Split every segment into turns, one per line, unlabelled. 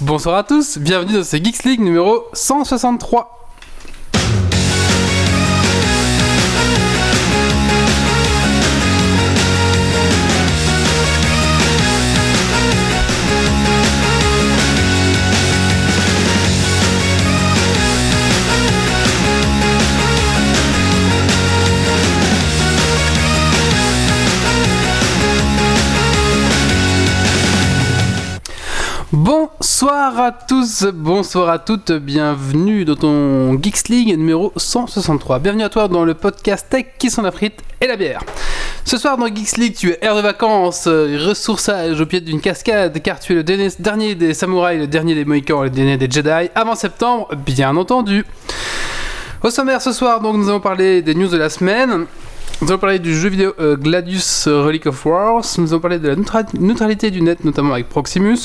Bonsoir à tous, bienvenue dans ce Geeks League numéro 163. Bonsoir à tous, bonsoir à toutes, bienvenue dans ton Geeks League numéro 163. Bienvenue à toi dans le podcast Tech qui sont la frite et la bière. Ce soir dans Geeks League, tu es air de vacances, euh, ressourçage au pied d'une cascade, car tu es le dernier, dernier des samouraïs, le dernier des mohicans, le dernier des Jedi, avant septembre, bien entendu. Au sommaire ce soir, donc, nous allons parler des news de la semaine. Nous allons parler du jeu vidéo euh, Gladius euh, Relic of Wars. Nous allons parler de la neutra- neutralité du net, notamment avec Proximus.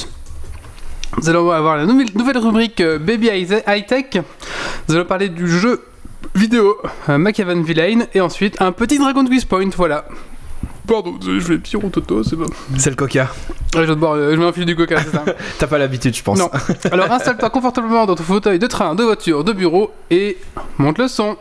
Nous allons avoir la nouvelle, nouvelle rubrique euh, Baby High- High Tech. Nous allons parler du jeu vidéo euh, Macavan Villain et ensuite un petit Dragon Quiz Point. Voilà. Pardon, je vais au toto, c'est bon.
C'est le coca.
je vais boire, euh, je m'enfile du coca, c'est ça.
T'as pas l'habitude, je pense.
Non. Alors installe-toi confortablement dans ton fauteuil de train, de voiture, de bureau et monte le son.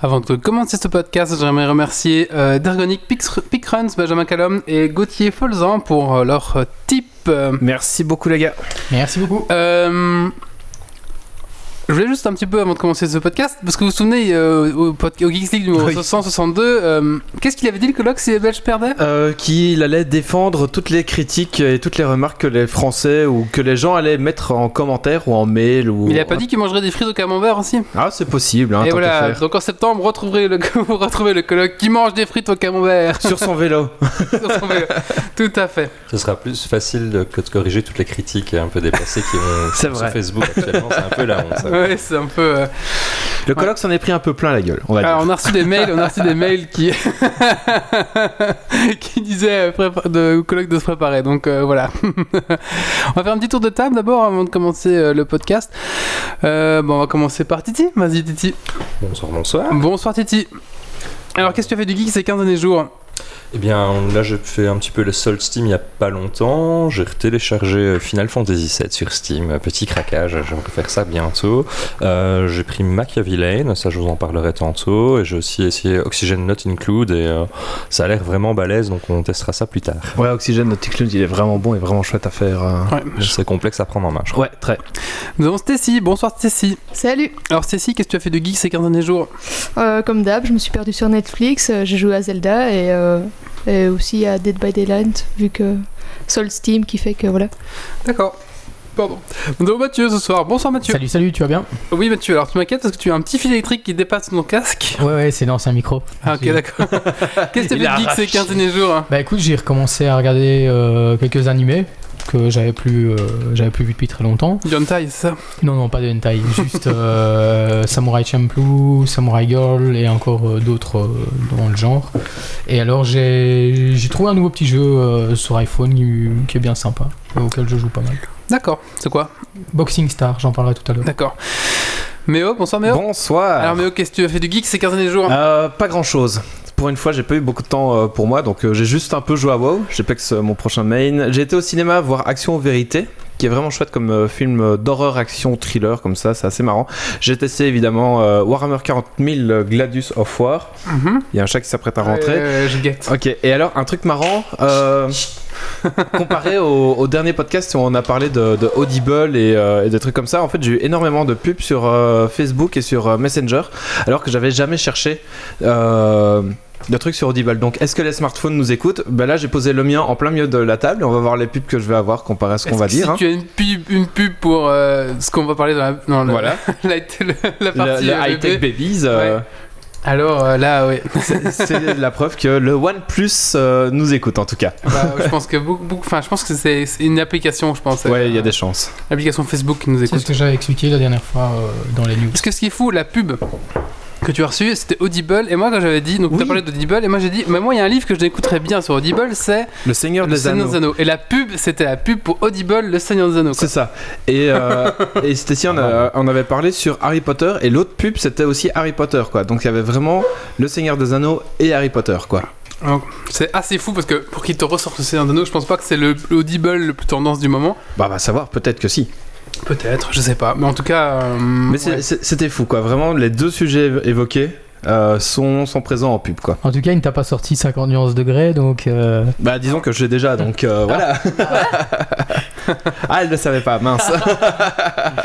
Avant de commencer ce podcast, j'aimerais remercier euh, Dargonic Pix- Pickruns, Benjamin Callum et Gauthier Folzan pour euh, leur euh, tip. Euh,
Merci beaucoup, les gars.
Merci beaucoup.
Euh, Je voulais juste un petit peu avant de commencer ce podcast, parce que vous vous souvenez euh, au, pod- au Geeks League numéro
Oui.
162, euh, qu'est-ce qu'il avait dit le colloque si les Belges perdaient
Euh, qu'il allait défendre toutes les critiques et toutes les remarques que les Français ou que les gens allaient mettre en commentaire ou en mail ou.
Il n'a pas dit qu'il mangerait des frites au camembert aussi.
Ah, c'est possible, hein,
Et
tant qu'à
voilà,
faire.
donc en septembre, retrouverez le, vous retrouverez le colloque qui mange des frites au camembert.
Sur son vélo.
Retrouvez-le. Tout à fait.
Ce sera plus facile de- que de corriger toutes les critiques un peu déplacées qui vont
C'est
sur
vrai.
Facebook actuellement. C'est un peu la honte. ça.
Ouais, c'est un peu. euh,
Le colloque s'en est pris un peu plein la gueule, on va
Alors,
dire.
Ah, on a reçu des mails, on a reçu des mails qui qui disaient euh, prépa- de, au colloque de se préparer. Donc euh, voilà. on va faire un petit tour de table d'abord avant de commencer euh, le podcast. Euh, bon, on va commencer par Titi. Vas-y Titi.
Bonsoir, bonsoir.
Bonsoir Titi. Alors qu'est-ce que tu as fait du geek ces 15 derniers jours
Eh bien, là, j'ai fait un petit peu le Soul Steam il n'y a pas longtemps. J'ai téléchargé euh, Final Fantasy VII sur Steam. Euh, Petit craquage, je vais faire ça bientôt. Euh, j'ai pris Machiavellian, ça, je vous en parlerai tantôt. Et j'ai aussi essayé Oxygen Not Include. Et euh, ça a l'air vraiment balèze, donc on testera ça plus tard.
Ouais, Oxygène, notre Club, il est vraiment bon et vraiment chouette à faire. euh.
C'est complexe à prendre en main, je crois.
Ouais, très.
Nous avons Stacy. Bonsoir Stacy.
Salut
Alors Stacy, qu'est-ce que tu as fait de geek ces 15 derniers jours
Euh, Comme d'hab, je me suis perdue sur Netflix, euh, j'ai joué à Zelda et, euh, et aussi à Dead by Daylight, vu que Soul Steam qui fait que voilà.
D'accord. Pardon. Donc Mathieu ce soir. Bonsoir Mathieu.
Salut, salut, tu vas bien
Oui Mathieu, alors tu m'inquiètes parce que tu as un petit fil électrique qui dépasse ton casque.
Ouais, ouais, c'est dans un micro.
Ah ok
J'ai-
d'accord. Qu'est-ce que
Il
t'as
a
fait de geek ces
arraché.
15 derniers jours hein
Bah écoute, j'ai recommencé à regarder euh, quelques animés que j'avais plus, euh, j'avais plus vu depuis très longtemps.
John Tai, c'est ça
Non, non, pas de hentai, juste euh, Samurai Champloo, Samurai Girl et encore euh, d'autres euh, dans le genre. Et alors j'ai j'ai trouvé un nouveau petit jeu euh, sur iPhone qui, qui est bien sympa, euh, auquel je joue pas mal.
D'accord, c'est quoi
Boxing Star, j'en parlerai tout à l'heure.
D'accord. Méo, bonsoir Méo.
Bonsoir.
oh. Alors Méo, qu'est-ce que tu as fait du geek ces 15 derniers jours hein
Euh, pas grand chose. Pour une fois, j'ai pas eu beaucoup de temps euh, pour moi, donc euh, j'ai juste un peu joué à WoW. J'ai pex euh, mon prochain main. J'ai été au cinéma voir Action ou Vérité, qui est vraiment chouette comme euh, film euh, d'horreur, action, thriller, comme ça, c'est assez marrant. J'ai testé évidemment euh, Warhammer 40 000 euh, Gladius of War.
Mhm.
Il y a un chat qui s'apprête à rentrer.
Euh, je guette.
Ok, et alors un truc marrant, euh, comparé au, au dernier podcast où on a parlé de, de Audible et, euh, et des trucs comme ça, en fait j'ai eu énormément de pubs sur euh, Facebook et sur euh, Messenger, alors que j'avais jamais cherché euh, de trucs sur Audible. Donc est-ce que les smartphones nous écoutent Ben là j'ai posé le mien en plein milieu de la table et on va voir les pubs que je vais avoir comparé à ce qu'on
Est-ce
va
que
dire.
Si
hein.
tu as une pub, une pub pour euh, ce qu'on va parler dans la, dans le-
Voilà,
la, la- la
le,
partie
le
euh,
high-tech
bébé.
babies, euh,
Alors euh, là, oui.
c'est- c'est la preuve que le OnePlus euh, nous écoute en tout cas.
Bah, je pense que beaucoup, beaucoup- enfin, je pense que c'est c'est une application, je pense.
Ouais, il y a
euh,
des chances.
L'application Facebook qui nous
C'est ce
écoute.
que j'avais expliqué la dernière fois euh, dans les news.
Parce que ce qui est fou, la pub, que tu as reçu, c'était Audible. Et moi, quand j'avais dit, donc tu as
Oui.
parlé d'Audible, et moi j'ai dit, mais moi, il y a un livre que je n'écouterais bien sur Audible, c'est
Le Seigneur
Le
des
Seigneur
Anneaux.
des Anneaux. Et la pub, c'était la pub pour Audible, Le Seigneur des Anneaux. quoi.
C'est ça. Et, euh, et Stacy, on, a- on avait parlé sur Harry Potter et l'autre pub c'était aussi Harry Potter quoi. Donc il y avait vraiment Le Seigneur des Anneaux et Harry Potter quoi.
C'est assez fou parce que pour qu'il te ressorte Le Seigneur des Anneaux, je pense pas que c'est le Audible le plus tendance du moment.
Bah va savoir, peut-être que si.
Peut-être, je sais pas. Mais en tout cas. euh,
Mais c'est-
ouais.
c'est- c'était fou quoi. Vraiment les deux sujets évo- évoqués euh, sont, sont présents en pub quoi.
En tout cas, il ne t'a pas sorti 50 nuances degrés, donc. euh,
Bah disons que je l'ai déjà donc euh, voilà. ah elle ne savait pas, mince.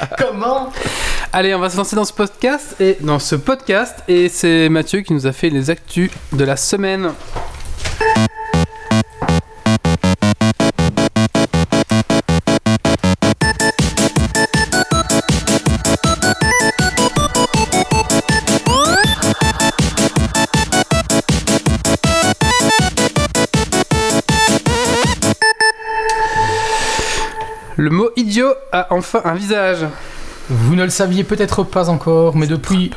Allez, on va se lancer dans ce podcast et dans ce podcast et c'est Mathieu qui nous a fait les actus de la semaine. Le mot idiot a enfin un visage.
Vous ne le saviez peut-être pas encore, mais depuis,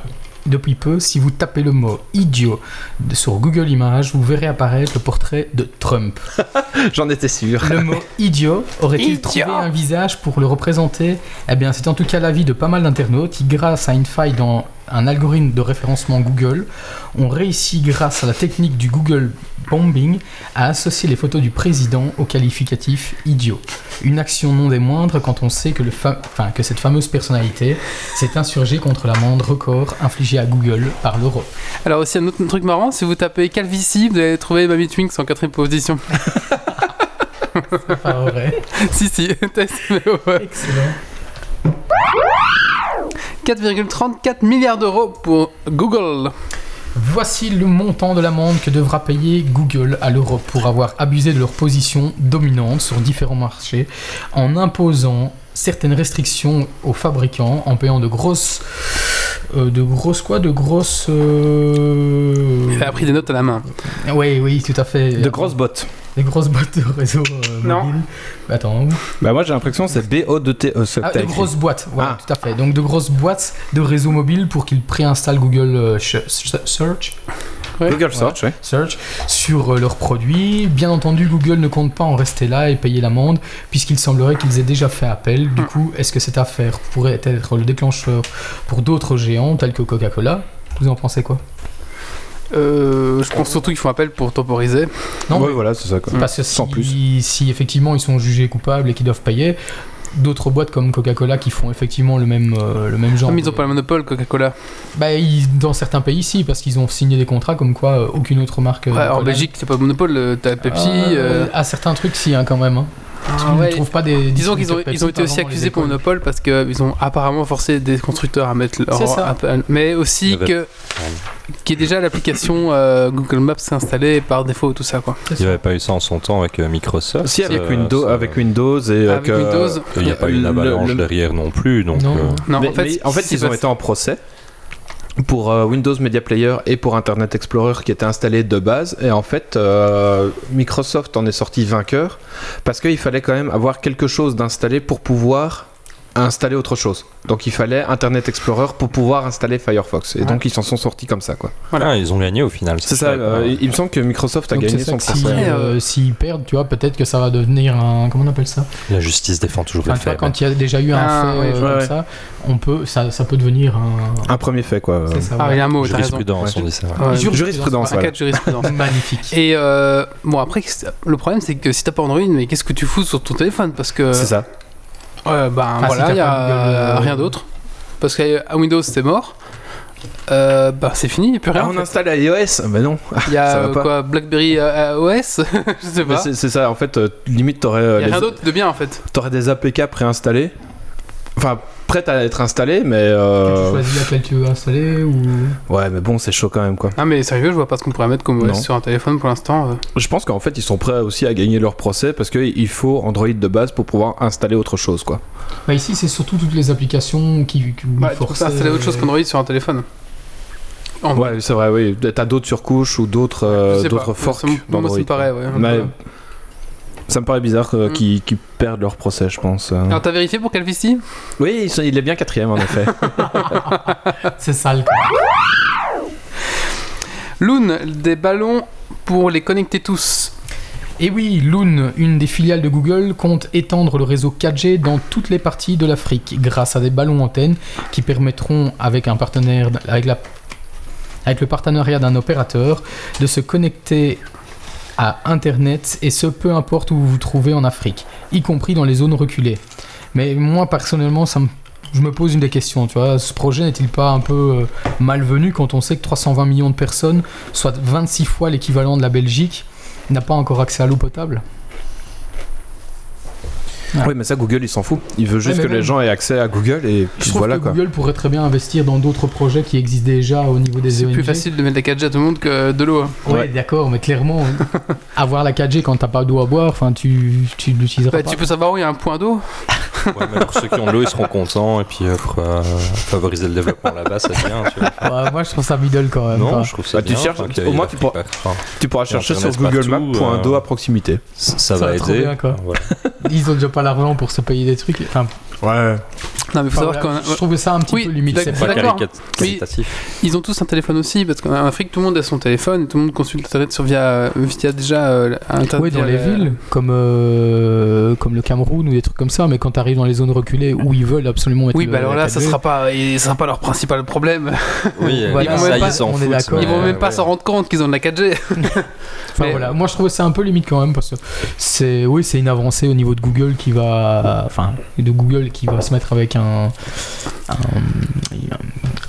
depuis peu, si vous tapez le mot idiot sur Google Images, vous verrez apparaître le portrait de Trump.
J'en étais sûr.
Le mot idiot aurait-il
Idiot.
trouvé un visage pour le représenter Eh bien, c'est en tout cas l'avis de pas mal d'internautes qui, grâce à une faille dans un algorithme de référencement Google, ont réussi, grâce à la technique du Google bombing, à associer les photos du président au qualificatif idiot. Une action non des moindres quand on sait que, le fa- enfin, que cette fameuse personnalité s'est insurgée contre l'amende record infligée à Google par l'Europe.
Alors aussi un autre truc marrant, si vous tapez calvitie, vous allez trouver Baby Twinks en quatrième position.
C'est pas vrai.
si si, testez-le, ouais.
Excellent.
4,34 milliards d'euros pour Google.
Voici le montant de l'amende que devra payer Google à l'Europe pour avoir abusé de leur position dominante sur différents marchés en imposant certaines restrictions aux fabricants en payant de grosses euh, de grosses quoi de grosses euh,
Il a pris des notes à la main.
oui oui tout à fait
De grosses bottes.
des grosses boîtes de réseau euh,
Non.
mobile. attends où
Bah moi j'ai l'impression que c'est BO2T. Euh, ce que
Ah,
t'as
de
écrit.
grosses boîtes, voilà,
Ah.
tout à fait. Donc de grosses boîtes de réseau mobile pour qu'ils préinstallent Google euh, Sh- Search
Google Search, ouais.
Search sur euh, leurs produits. Bien entendu, Google ne compte pas en rester là et payer l'amende, puisqu'il semblerait qu'ils aient déjà fait appel.
Hmm.
Du coup, est-ce que cette affaire pourrait être le déclencheur pour d'autres géants, tels que Coca-Cola Vous en pensez quoi
Euh, je pense surtout qu'ils font appel pour temporiser.
Non,
Ouais, voilà, c'est ça
Hmm.
quoi.
Parce que si,
Sans plus.
si effectivement ils sont jugés coupables et qu'ils doivent payer, d'autres boîtes comme Coca-Cola qui font effectivement le même, euh, le même genre.
Non, mais ils ont
de-
pas le monopole Coca-Cola.
Bah, ils- dans certains pays, si, parce qu'ils ont signé des contrats comme quoi euh, aucune autre marque. euh,
Ouais, en
colla-
Belgique, c'est pas le monopole, euh, t'as Pepsi.
Euh,
euh,
À certains trucs, si, hein, quand même. hein. Tu
ah
ne
ouais.
trouves pas des.
Disons qu'ils ont,
distributeurs
ils ont été
Pepsi,
aussi
pardon, dans les
accusés pour
écoles.
monopole parce qu'ils ont apparemment forcé des constructeurs à mettre leur
C'est ça.
Apple. Mais aussi
Il y avait-
que qui est déjà l'application euh, Google Maps s'est installée par défaut tout ça quoi.
Il n'y avait pas eu ça en son temps avec euh, Microsoft.
Si avec
euh,
Windows,
ça-
avec Windows et euh,
Avec
que-
Windows,
Il n'y a pas eu une
Euh, Le-
avalanche
le-
derrière non plus. Donc,
Non.
euh,
Non,
Mais-
en fait,
mais en fait,
c'est
ils ont
pas-
été en procès pour euh, Windows Media Player et pour Internet Explorer qui était installé de base. Et en fait, euh, Microsoft en est sorti vainqueur parce qu'il fallait quand même avoir quelque chose d'installé pour pouvoir installer autre chose. Donc il fallait Internet Explorer pour pouvoir installer Firefox. Et donc ils s'en sont sortis comme ça, quoi.
Voilà.
ah, ils ont gagné au final.
C'est ça.
euh,
euh, il il me semble que Microsoft a
Donc c'est
gagné
ça
son
que si,
procès.
euh, s'ils perdent, tu vois, peut-être que ça va devenir un. Comment on appelle ça
La justice défend toujours
Enfin,
les
tu vois,
faits.
quand il y a déjà eu un
Ah,
fait
oui,
euh,
je
vois,
comme
ouais.
ça, on peut, ça, ça peut devenir un.
Un premier fait, quoi.
C'est ça,
Ah,
ouais.
il y a un mot, t'as raison.
Jurisprudence,
Ouais.
on dit ça.
Ouais.
Jure-
Jurisprudence,
Un
voilà.
cas de jurisprudence.
Magnifique.
Et euh, bon après qu'est-ce- le problème c'est que si t'as pas Android mais qu'est-ce que tu fous sur ton téléphone parce que
C'est ça.
euh, ben
Ah, si
voilà
t'as
il y
pas
a
Google, euh,
rien d'autre parce que euh, Windows c'est mort euh, bah c'est fini y a plus rien
Ah,
en
on
fait.
installe iOS Mais non. Ah,
il y a
ça va
euh,
pas.
quoi BlackBerry euh, OS je sais
Mais
pas
bah C'est c'est ça, en fait, euh, limite, t'aurais
il
euh,
y a
les-
rien d'autre de bien en fait
t'aurais des APK préinstallés. Enfin, prêtes à être installées, mais.
Tu
euh,
choisis laquelle tu veux installer ou.
Ouais, mais bon, c'est chaud quand même, quoi.
ah mais sérieux je vois pas ce qu'on pourrait mettre comme
Non.
OS sur un téléphone pour l'instant euh.
Je pense qu'en fait, ils sont prêts aussi à gagner leur procès parce qu'il faut Android de base pour pouvoir installer autre chose, quoi.
Bah, ici, c'est surtout toutes les applications qui. qui
Bah, tu peux pas installer autre chose qu'Android sur un téléphone En-
Ouais, c'est vrai, oui. T'as d'autres surcouches ou d'autres euh,
Ah je sais pas.
d'autres forks
Ça me- moi ça
d'Android,
me paraît ouais
quoi. Mais ça me paraît bizarre euh,
Mm. Ah.
qu'ils qu'ils perdent leur procès, je pense. euh.
alors t'as vérifié pour Calvitie
Oui, ils sont- il est bien quatrième, en effet.
C'est sale, quoi.
Loon, des ballons pour les connecter tous.
Et Eh oui, Loon, une des filiales de Google, compte étendre le réseau 4G dans toutes les parties de l'Afrique grâce à des ballons antennes qui permettront, avec un partenaire, avec, la- avec le partenariat d'un opérateur, de se connecter à Internet et ce peu importe où vous vous trouvez en Afrique, y compris dans les zones reculées. Mais moi personnellement, ça me- je me pose une des questions, tu vois, ce projet n'est-il pas un peu euh, malvenu quand on sait que 320 millions de personnes, soit 26 fois l'équivalent de la Belgique, n'a pas encore accès à l'eau potable.
Oui, mais ça, Google, il s'en fout. Il veut juste
Ouais, mais
que les
même-
gens aient accès à Google et
Je
puis
trouve
voilà
que
quoi.
Google pourrait très bien investir dans d'autres projets qui existent déjà au niveau des
C'est
ONG.
plus facile de mettre la 4G à tout le monde que de l'eau. hein.
Ouais,
Ouais.
d'accord, mais clairement, hein, avoir la 4G quand t'as pas d'eau à boire, enfin, tu, tu l'utiliseras
Bah,
pas.
tu peux savoir où il y a un point d'eau.
Ouais, mais pour ceux qui ont de l'eau, ils seront contents et puis euh, pour, euh, favoriser le développement là-bas, c'est bien. Tu vois.
Ouais, moi, je trouve ça middle quand même.
Non,
quoi.
je trouve ça
Bah, tu
bien.
cherches-
enfin, qu'il y
au
ait
moins,
la
tu pourras-
plupart. Enfin,
Tu pourras chercher sur
Internet
Google Maps
partout,
pour un
euh,
dos à proximité.
ça, ça
va
va
trop
aider.
bien, quoi.
Voilà.
Ils ont déjà pas l'argent pour se payer des trucs. Enfin,
Ouais.
Non, mais faut
enfin,
savoir
voilà,
qu'on
je
a-
trouve ça un petit
Oui,
peu limite.
d'ac-
c'est
Pas
vrai.
d'accord.
caricat-
Mais-
caritatif.
Ils ont tous un téléphone aussi, parce qu'en Afrique, tout le monde a son téléphone, et tout le monde consulte Internet sur via, via déjà euh, Internet.
Ouais, dans
via
les
la-
villes, comme, euh, comme le Cameroun ou des trucs comme ça, mais quand t'arrives dans les zones reculées où ils veulent absolument être
Oui,
le-
bah alors
la
là, ça
4G,
sera pas, et ça sera pas leur principal problème.
Oui, euh, ça,
Voilà,
on est pas-
ils s'en
on est
foutent.
d'accord.
Ils vont
mais,
même pas
ouais.
s'en rendre compte qu'ils ont de la 4G.
Enfin,
Mais-
voilà, moi je trouve que c'est un peu limite quand même parce que c'est oui c'est une avancée au niveau de Google qui va enfin de Google qui va se mettre avec un un,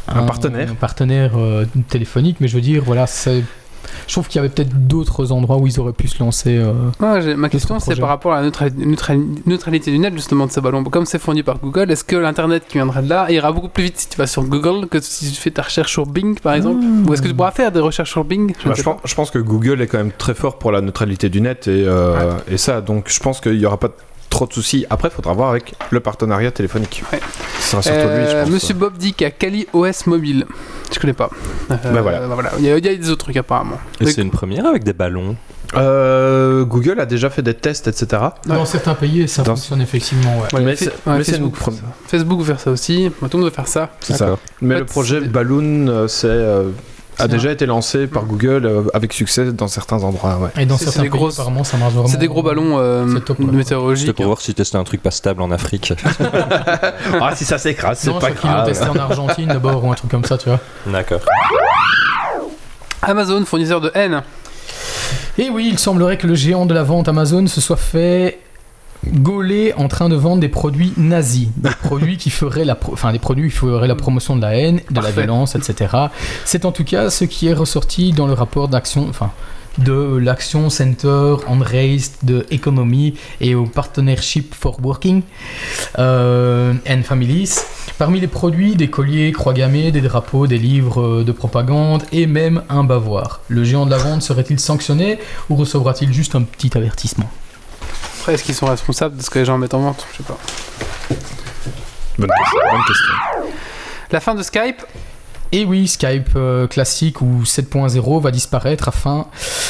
Un partenaire.
un partenaire, euh, téléphonique mais je veux dire voilà c'est je trouve qu'il y avait peut-être d'autres endroits où ils auraient pu se lancer euh,
Ouais, j'ai- ma question, c'est
projets.
par rapport à la neutrali- neutrali- neutralité du net, justement, de ce ballon. Comme c'est fourni par Google, est-ce que l'Internet qui viendra de là ira beaucoup plus vite si tu vas sur Google que si tu fais ta recherche sur Bing, par exemple Ou est-ce que tu pourras faire des recherches sur Bing Je
Ah. Bah,
ne
je,
sais pas.
pense, je pense que Google est quand même très fort pour la neutralité du net et, euh, et ça, donc je pense qu'il n'y aura pas trop de soucis. Après, il faudra voir avec le partenariat téléphonique.
Ouais.
Ce sera surtout lui, je
Euh,
pense.
Monsieur Bob dit qu'il y a Kali OS mobile. Je connais pas. Euh,
Bah voilà.
Il y, a, il y a des autres trucs apparemment.
Et
Donc,
c'est une première avec des ballons.
Euh, Google a déjà fait des tests, etc.
dans certains pays et ça
Dans-
fonctionne effectivement ouais.
ouais,
mais
fa-
c'est-
ouais,
mais c'est
Facebook,
une pre-
Facebook veut faire ça aussi. Bah, Tout le monde veut faire ça.
C'est ça.
D'accord.
Mais
Ouais,
le projet
c'est-
Balloon euh, c'est, euh, a
C'est
déjà été lancé par
Mm.
Google euh, avec succès dans certains endroits. ouais.
et dans
C'est- c'est
certains
des
pays
grosses-
apparemment ça marche vraiment
C'est des gros ballons euh,
C'est top, ouais.
C'était
météorologiques.
pour voir si testais un truc pas stable en Afrique.
Ah, si ça s'écrase,
non, je crois qu'ils l'ont testé en Argentine d'abord ou un truc comme ça, tu vois.
D'accord.
Amazon, fournisseur de haine.
Et Eh oui, il semblerait que le géant de la vente Amazon se soit fait gauler en train de vendre des produits nazis, des produits qui feraient la, pro- enfin, des produits qui feraient la promotion de la haine, de
Parfait.
la violence, etc. C'est en tout cas ce qui est ressorti dans le rapport d'action, enfin, de l'Action Center on Race de Economy et au Partnership for Working euh, and Families. Parmi les produits, des colliers, croix gammées, des drapeaux, des livres euh, de propagande et même un bavoir. Le géant de la vente serait-il sanctionné ou recevra-t-il juste un petit avertissement
Après, est-ce qu'ils sont responsables de ce que les gens mettent en vente Je sais pas.
Bonne question. bonne question.
La fin de Skype.
Et Eh oui, Skype euh, classique ou 7.0 va disparaître afin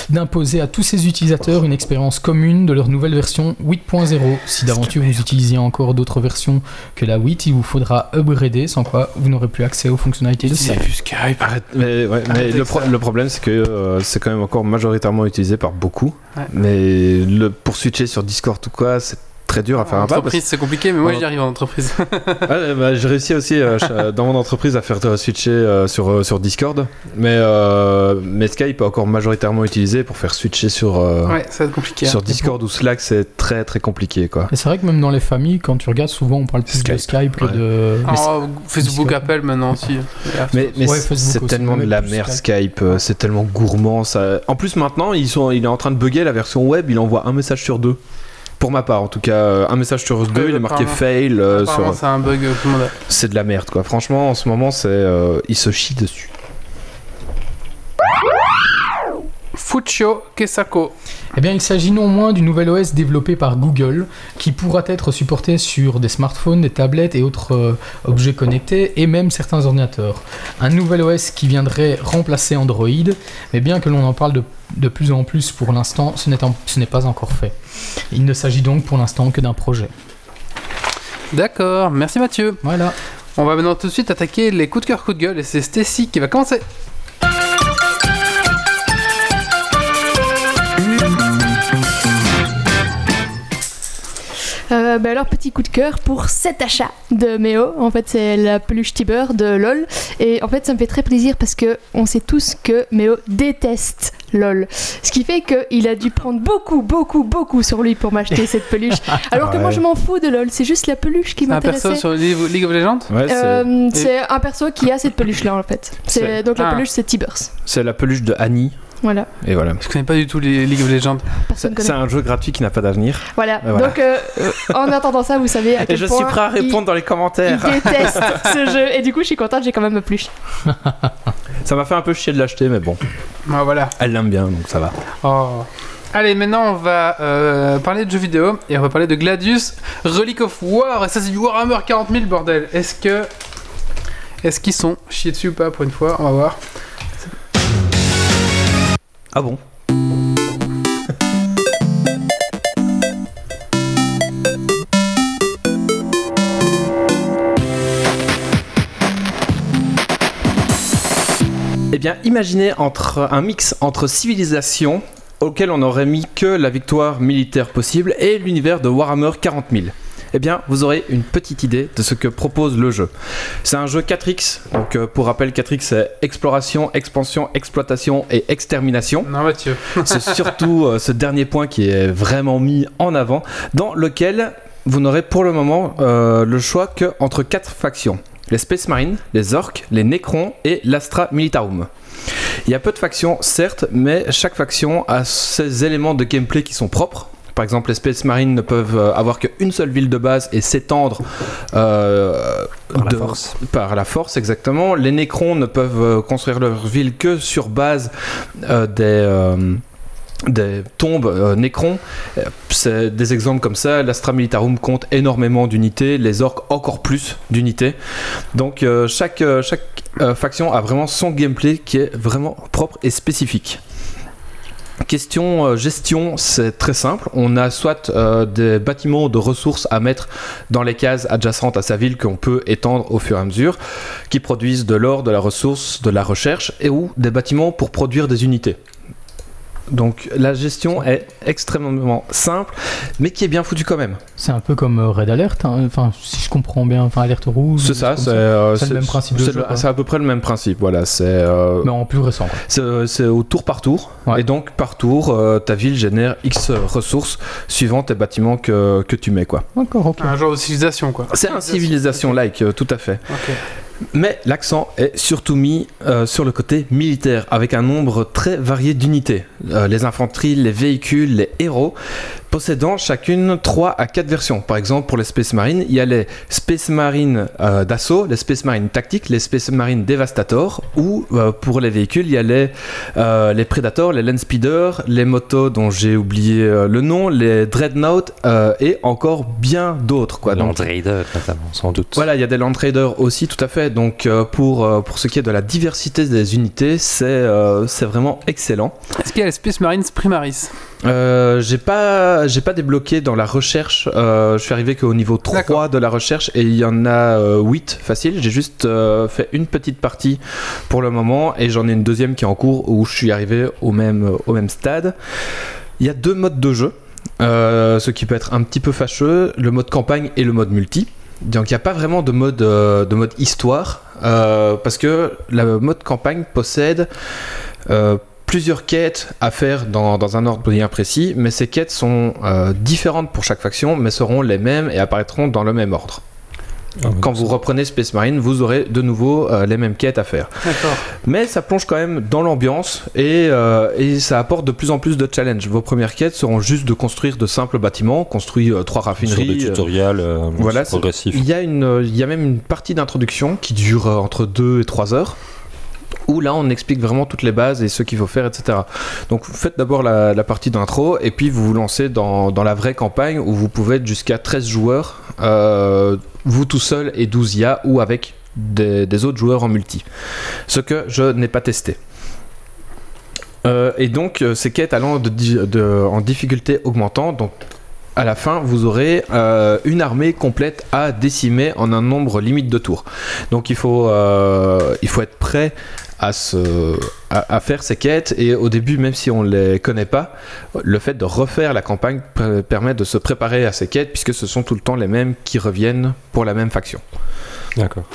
d'imposer à tous ses utilisateurs une expérience commune de leur nouvelle version 8.0. Si d'aventure vous utilisiez encore d'autres versions que la 8, il vous faudra upgrader, sans quoi vous n'aurez plus accès aux fonctionnalités de Skype.
plus Skype.
Arrête- mais ouais, mais
Arrêtez
le,
avec
pro-
ça.
le problème, c'est que euh, c'est quand même encore majoritairement utilisé par beaucoup.
Ouais.
Mais le, pour switcher sur Discord ou quoi, c'est très dur à faire
En
un pas.
entreprise, c'est compliqué, mais moi j'y arrive en entreprise.
parce- Ah, bah, j'ai réussi aussi euh, ch- dans mon entreprise à faire euh, switcher euh, sur, euh, sur Discord. Mais, euh, mais Skype est encore majoritairement utilisé pour faire switcher sur, euh,
ouais, ça va être compliqué. hein.
sur Discord ou Slack. C'est très très compliqué quoi.
Et c'est vrai que même dans les familles, quand tu regardes, souvent on parle plus de
Skype.
Skype que
Ouais.
de.
Alors, Oh, Facebook,
Discord.
Apple maintenant aussi.
Mais, mais
Ouais,
c'est-
Facebook
c'est
aussi,
tellement
mais
de la
plus
merde
Skype.
Skype, euh, c'est tellement gourmand. Ça... En plus maintenant, ils sont, il est en train de bugger la version web, il envoie un message sur deux. Pour ma part en tout cas, euh, un message sur deux, il est marqué
apparemment.
fail. euh, sur-
Apparemment, c'est un bug euh, tout le monde a.
C'est de la merde quoi. Franchement, en ce moment, c'est, euh, il se chie dessus.
Fuccio Kesako.
Eh bien, il s'agit non moins du nouvel OS développé par Google, qui pourra être supporté sur des smartphones, des tablettes et autres euh, objets connectés, et même certains ordinateurs. Un nouvel OS qui viendrait remplacer Android, mais bien que l'on en parle de, de plus en plus pour l'instant, ce n'est en- ce n'est pas encore fait. Il ne s'agit donc pour l'instant que d'un projet.
D'accord, merci Mathieu.
Voilà.
On va maintenant tout de suite attaquer les coups de cœur, coups de gueule, et c'est Stacy qui va commencer.
Euh, bah alors, petit coup de cœur pour cet achat de Méo. En fait, c'est la peluche Tiber de LOL. Et en fait, ça me fait très plaisir parce que on sait tous que Méo déteste LOL. Ce qui fait qu'il a dû prendre beaucoup, beaucoup, beaucoup sur lui pour m'acheter cette peluche. Alors que moi,
Ouais.
je m'en fous de LOL. C'est juste la peluche qui
C'est un
m'intéressait.
perso sur League League of Legends
Ouais, c'est-
Euh, c'est un perso qui a cette peluche là en fait.
C'est-
C'est donc la
Ah.
peluche c'est Tiburce.
c'est la peluche de Annie.
Voilà.
Et voilà.
Je connais pas du tout les League of Legends.
Personne
C'est
connaît.
un jeu gratuit qui n'a pas d'avenir.
Voilà.
Et voilà.
Donc euh, euh, en attendant ça, vous savez à
Et
quel
je
point
suis prêt à
il-
répondre dans les
il,
commentaires.
déteste ce jeu et du coup, je suis contente, j'ai quand même ma peluche.
Ça m'a fait un peu chier de l'acheter, mais bon.
Ah, voilà.
Elle l'aime bien, donc ça va.
Oh. Allez, maintenant on va euh, parler de jeux vidéo et on va parler de Gladius, Relic of War. Et ça, c'est du Warhammer 40 000, bordel. Est-ce que. Est-ce qu'ils sont chiés dessus ou pas pour une fois On va voir.
Ah bon Eh bien, imaginez entre un mix entre civilisation auquel on aurait mis que la victoire militaire possible et l'univers de Warhammer 40 000. Eh bien, vous aurez une petite idée de ce que propose le jeu. C'est un jeu 4X, donc euh, pour rappel, 4X c'est exploration, expansion, exploitation et extermination.
Non, Mathieu.
C'est surtout euh, ce dernier point qui est vraiment mis en avant, dans lequel vous n'aurez pour le moment euh, le choix que entre quatre factions les Space Marines, les Orcs, les Necrons et l'Astra Militarum. Il y a peu de factions, certes, mais chaque faction a ses éléments de gameplay qui sont propres. Par exemple, les Space Marines ne peuvent euh, avoir qu'une seule ville de base et s'étendre euh,
Par la
de-
force.
Par la force, exactement. Les Necrons ne peuvent euh, construire leur ville que sur base euh, des, euh, des tombes euh, Necrons. Euh, C'est des exemples comme ça. L'Astra Militarum compte énormément d'unités, les orques encore plus d'unités. Donc euh, chaque, euh, chaque euh, faction a vraiment son gameplay qui est vraiment propre et spécifique. Question euh, gestion, c'est très simple. On a soit euh, des bâtiments de ressources à mettre dans les cases adjacentes à sa ville qu'on peut étendre au fur et à mesure, qui produisent de l'or, de la ressource, de la recherche et ou des bâtiments pour produire des unités. Donc la gestion est extrêmement simple, mais qui est bien foutue quand même.
C'est un peu comme euh, Red Alert, hein. enfin, si je comprends bien, enfin, Alerte Rouge.
C'est
ou
ça,
comme
c'est euh,
C'est le
c'est-
même principe de
c'est
jeu,
le-
quoi.
C'est à peu près le même principe. Voilà, c'est euh,
Mais en plus récent. quoi.
c'est- c'est au tour par tour.
Ouais.
Et donc par tour, euh, ta ville génère X ressources suivant tes bâtiments que, que tu mets. quoi.
Encore, ok.
Un genre de civilisation, quoi.
C'est un civilisation-like, euh, tout à fait.
Ok.
Mais l'accent est surtout mis euh, sur le côté militaire, avec un nombre très varié d'unités. Euh, les infanteries, les véhicules, les héros, possédant chacune 3 à 4 versions. Par exemple, pour les Space Marines, il y a les Space Marines euh, d'assaut, les Space Marines tactiques, les Space Marines Devastator, ou euh, pour les véhicules, il y a les, euh, les Predators, les Land Speeder, les motos dont j'ai oublié euh, le nom, les Dreadnought, euh, et encore bien d'autres. quoi.
Land
Donc,
Raider, notamment, sans doute.
voilà, il y a des Land Raiders aussi, tout à fait. Donc, euh, pour, euh, pour ce qui est de la diversité des unités, c'est euh, c'est vraiment excellent.
Est-ce qu'il y a les Space Marines Primaris
Euh, j'ai pas, j'ai pas débloqué dans la recherche. euh, je suis arrivé qu'au niveau 3
D'accord.
de la recherche et il y en a 8 facile. J'ai juste euh, fait une petite partie pour le moment et j'en ai une deuxième qui est en cours où je suis arrivé au même, au même stade. Il y a deux modes de jeu, euh, ce qui peut être un petit peu fâcheux, le mode campagne et le mode multi. Donc il n'y a pas vraiment de mode, euh, de mode histoire, euh, parce que le mode campagne possède euh, plusieurs quêtes à faire dans, dans un ordre bien précis, mais ces quêtes sont euh, différentes pour chaque faction, mais seront les mêmes et apparaîtront dans le même ordre.
Ah,
Quand vous reprenez Space Marine, vous aurez de nouveau euh, les mêmes quêtes à faire.
D'accord.
Mais ça plonge quand même dans l'ambiance et, euh, et ça apporte de plus en plus de challenges. Vos premières quêtes seront juste de construire de simples bâtiments, construire euh, trois
sur des
raffineries. euh,
tutoriels euh,
voilà, c'est-
progressifs.
il y, a une, euh, il y a même une partie d'introduction qui dure euh, entre 2 et 3 heures, où là on explique vraiment toutes les bases et ce qu'il faut faire, etc. Donc vous faites d'abord la, la partie d'intro, et puis vous vous lancez dans, dans la vraie campagne où vous pouvez être jusqu'à 13 joueurs, euh, vous tout seul et 12 IA, ou avec des, des autres joueurs en multi. Ce que je n'ai pas testé. Euh, et donc euh, ces quêtes allant de, di- de- en difficulté augmentante, donc à la fin, vous aurez euh, une armée complète à décimer en un nombre limite de tours. Donc il faut, euh, il faut être prêt à, se, à, à faire ces quêtes et au début, même si on ne les connaît pas, le fait de refaire la campagne pr- permet de se préparer à ces quêtes puisque ce sont tout le temps les mêmes qui reviennent pour la même faction.
D'accord.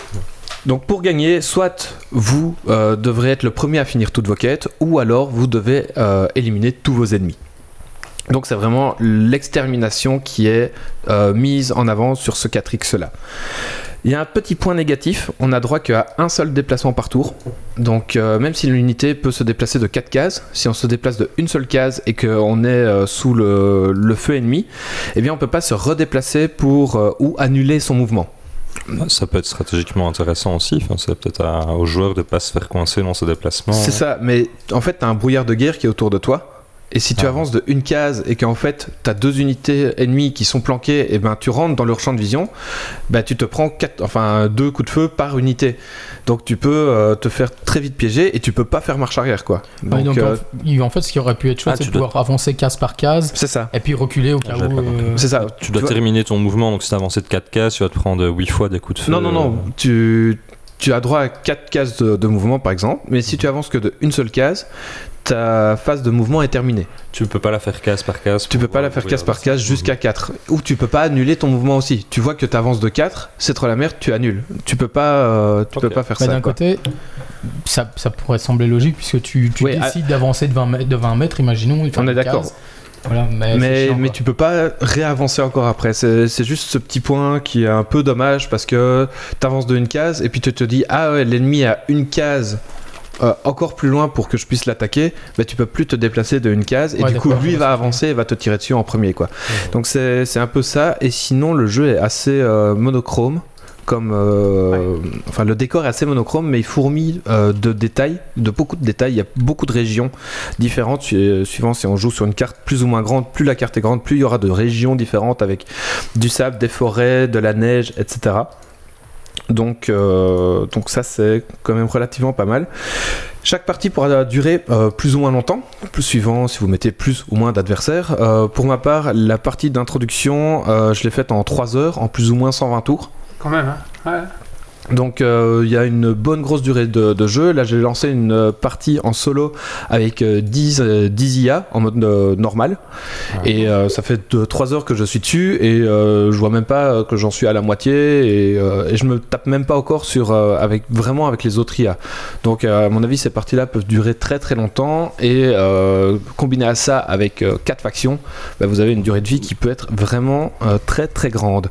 Donc pour gagner, soit vous euh, devrez être le premier à finir toutes vos quêtes, ou alors vous devez euh, éliminer tous vos ennemis. Donc c'est vraiment l'extermination qui est euh, mise en avant sur ce 4X là. Il y a un petit point négatif, on a droit qu'à un seul déplacement par tour. Donc euh, même si l'unité peut se déplacer de 4 cases, si on se déplace de une seule case et qu'on est euh, sous le, le feu ennemi, eh bien on peut pas se redéplacer pour euh, ou annuler son mouvement.
Bah, Ça peut être stratégiquement intéressant aussi. Enfin, c'est peut-être à- aux joueurs de ne pas se faire coincer dans ce déplacement.
C'est ça, mais en fait, t'as un brouillard de guerre qui est autour de toi. Et si tu
Ah.
avances de une case et qu'en fait t'as deux unités ennemies qui sont planquées, et ben tu rentres dans leur champ de vision, ben tu te prends quatre, enfin deux coups de feu par unité. Donc tu peux euh, te faire très vite piéger et tu peux pas faire marche arrière quoi.
Ouais,
Donc,
Ah, donc, en
euh,
f- il- en, fait, ce qui aurait pu être chouette,
Ah,
c'est
tu
de pouvoir avancer case par case
c'est ça,
et puis reculer au
Ah,
cas
j'avais
où.
pas compris.
euh,
c'est ça.
Tu dois
vois-
terminer ton mouvement, donc si t'as avancé de 4 cases, tu vas te prendre 8 fois des coups de feu.
Non, non, non.
euh,
Tu, tu as droit à 4 cases de, de mouvement, par exemple. Mais si tu avances que de une seule case, ta phase de mouvement est terminée.
Tu peux pas la faire case par case.
Tu
pour
peux pas la faire
ouvrir
case par
des-
case jusqu'à 4. Ou tu peux pas annuler ton mouvement aussi. Tu vois que tu avances de 4, c'est trop la merde, tu annules. Tu peux pas, euh, tu
Ok.
peux pas faire
bah,
ça.
d'un
quoi.
côté, ça, ça pourrait sembler logique puisque tu, tu
Oui, à-
décides d'avancer de 20 mètres, de 20 mètres, imaginons. et faire
ah. On est
une case.
d'accord.
Voilà, mais,
Mais,
c'est chiant,
mais
quoi.
tu peux pas réavancer encore après. C'est c'est juste ce petit point qui est un peu dommage parce que t'avances de une case et puis tu te dis ah ouais l'ennemi a une case euh, encore plus loin pour que je puisse l'attaquer. Bah tu peux plus te déplacer de une case et
Ouais,
du coup
d'accord,
lui
ouais,
va
c'est
avancer et va te tirer dessus en premier quoi. Donc c'est c'est un peu ça. Et sinon le jeu est assez euh, monochrome. Comme, euh, enfin, le décor est assez monochrome, mais il fourmille euh, de détails, de beaucoup de détails. Il y a beaucoup de régions différentes su- euh, suivant si on joue sur une carte plus ou moins grande. Plus la carte est grande, plus il y aura de régions différentes avec du sable, des forêts, de la neige, etc. Donc, euh, donc ça c'est quand même relativement pas mal. Chaque partie pourra durer euh, plus ou moins longtemps, plus suivant si vous mettez plus ou moins d'adversaires. Euh, pour ma part, la partie d'introduction, euh, je l'ai faite en 3 heures, en plus ou moins 120 tours.
Quand même, hein. Ouais.
Donc euh, il y a une bonne grosse durée de, de jeu. Là j'ai lancé une euh, partie en solo avec euh, 10, euh, 10 IA en mode euh, normal.
Ah.
Et euh, ça fait 3 heures que je suis dessus et euh, je vois même pas euh, que j'en suis à la moitié et, euh, et je me tape même pas encore sur, euh, avec, vraiment avec les autres IA. Donc euh, à mon avis ces parties-là peuvent durer très très longtemps et euh, combiné à ça avec 4 factions, bah, vous avez une durée de vie qui peut être vraiment euh, très très grande.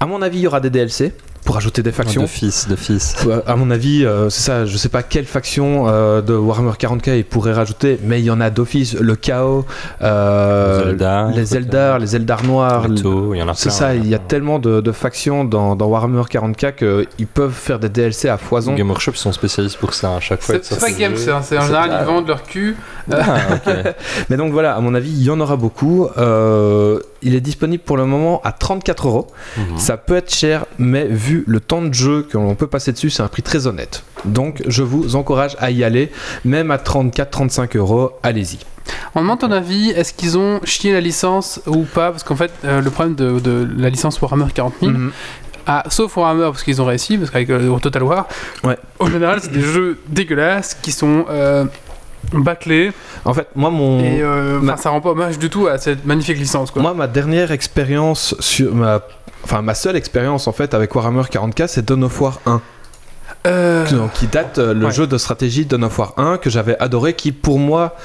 À mon avis il y aura des DLC pour ajouter des factions.
De fils, de fils.
Ouais, à mon avis, euh, c'est ça. Je sais pas quelle faction euh, de Warhammer 40k ils pourraient rajouter, mais il y en a d'office. Le Chaos, euh,
Zelda,
les Eldar, les Eldar noirs.
Leto, euh, il y en a plein. hein.
C'est ça, il y a tellement de, de factions dans, dans Warhammer 40k qu'ils peuvent faire des DLC à foison.
Game Workshop ils sont spécialistes pour ça à chaque fois.
C'est c'est pas Games, hein, c'est en
C'est
général,
pas-
ils vendent leur cul.
Ah, ok.
Mais donc voilà, à mon avis, il y en aura beaucoup. Euh, il est disponible pour le moment à 34 euros.
Mhm.
Ça peut être cher, mais vu le temps de jeu que l'on peut passer dessus, c'est un prix très honnête. Donc je vous encourage à y aller, même à 34-35 euros, allez-y.
On demande ton avis, est-ce qu'ils ont chié la licence ou pas Parce qu'en fait, euh, le problème de, de la licence Warhammer 40 000, ah, sauf Warhammer parce qu'ils ont réussi, parce qu'avec euh, Total War,
Ouais.
en général, c'est des jeux dégueulasses qui sont euh, bâclés
En fait, moi, mon,
et euh, enfin,
Ma-
ça rend pas hommage du tout à cette magnifique licence. Quoi.
Mmh. Bah. moi ma dernière expérience sur ma. Enfin, ma seule expérience en fait avec Warhammer 40k, c'est Dawn of War 1,
Euh,
donc, qui date euh, le
Ouais.
jeu de stratégie Dawn of War 1 que j'avais adoré, qui pour moi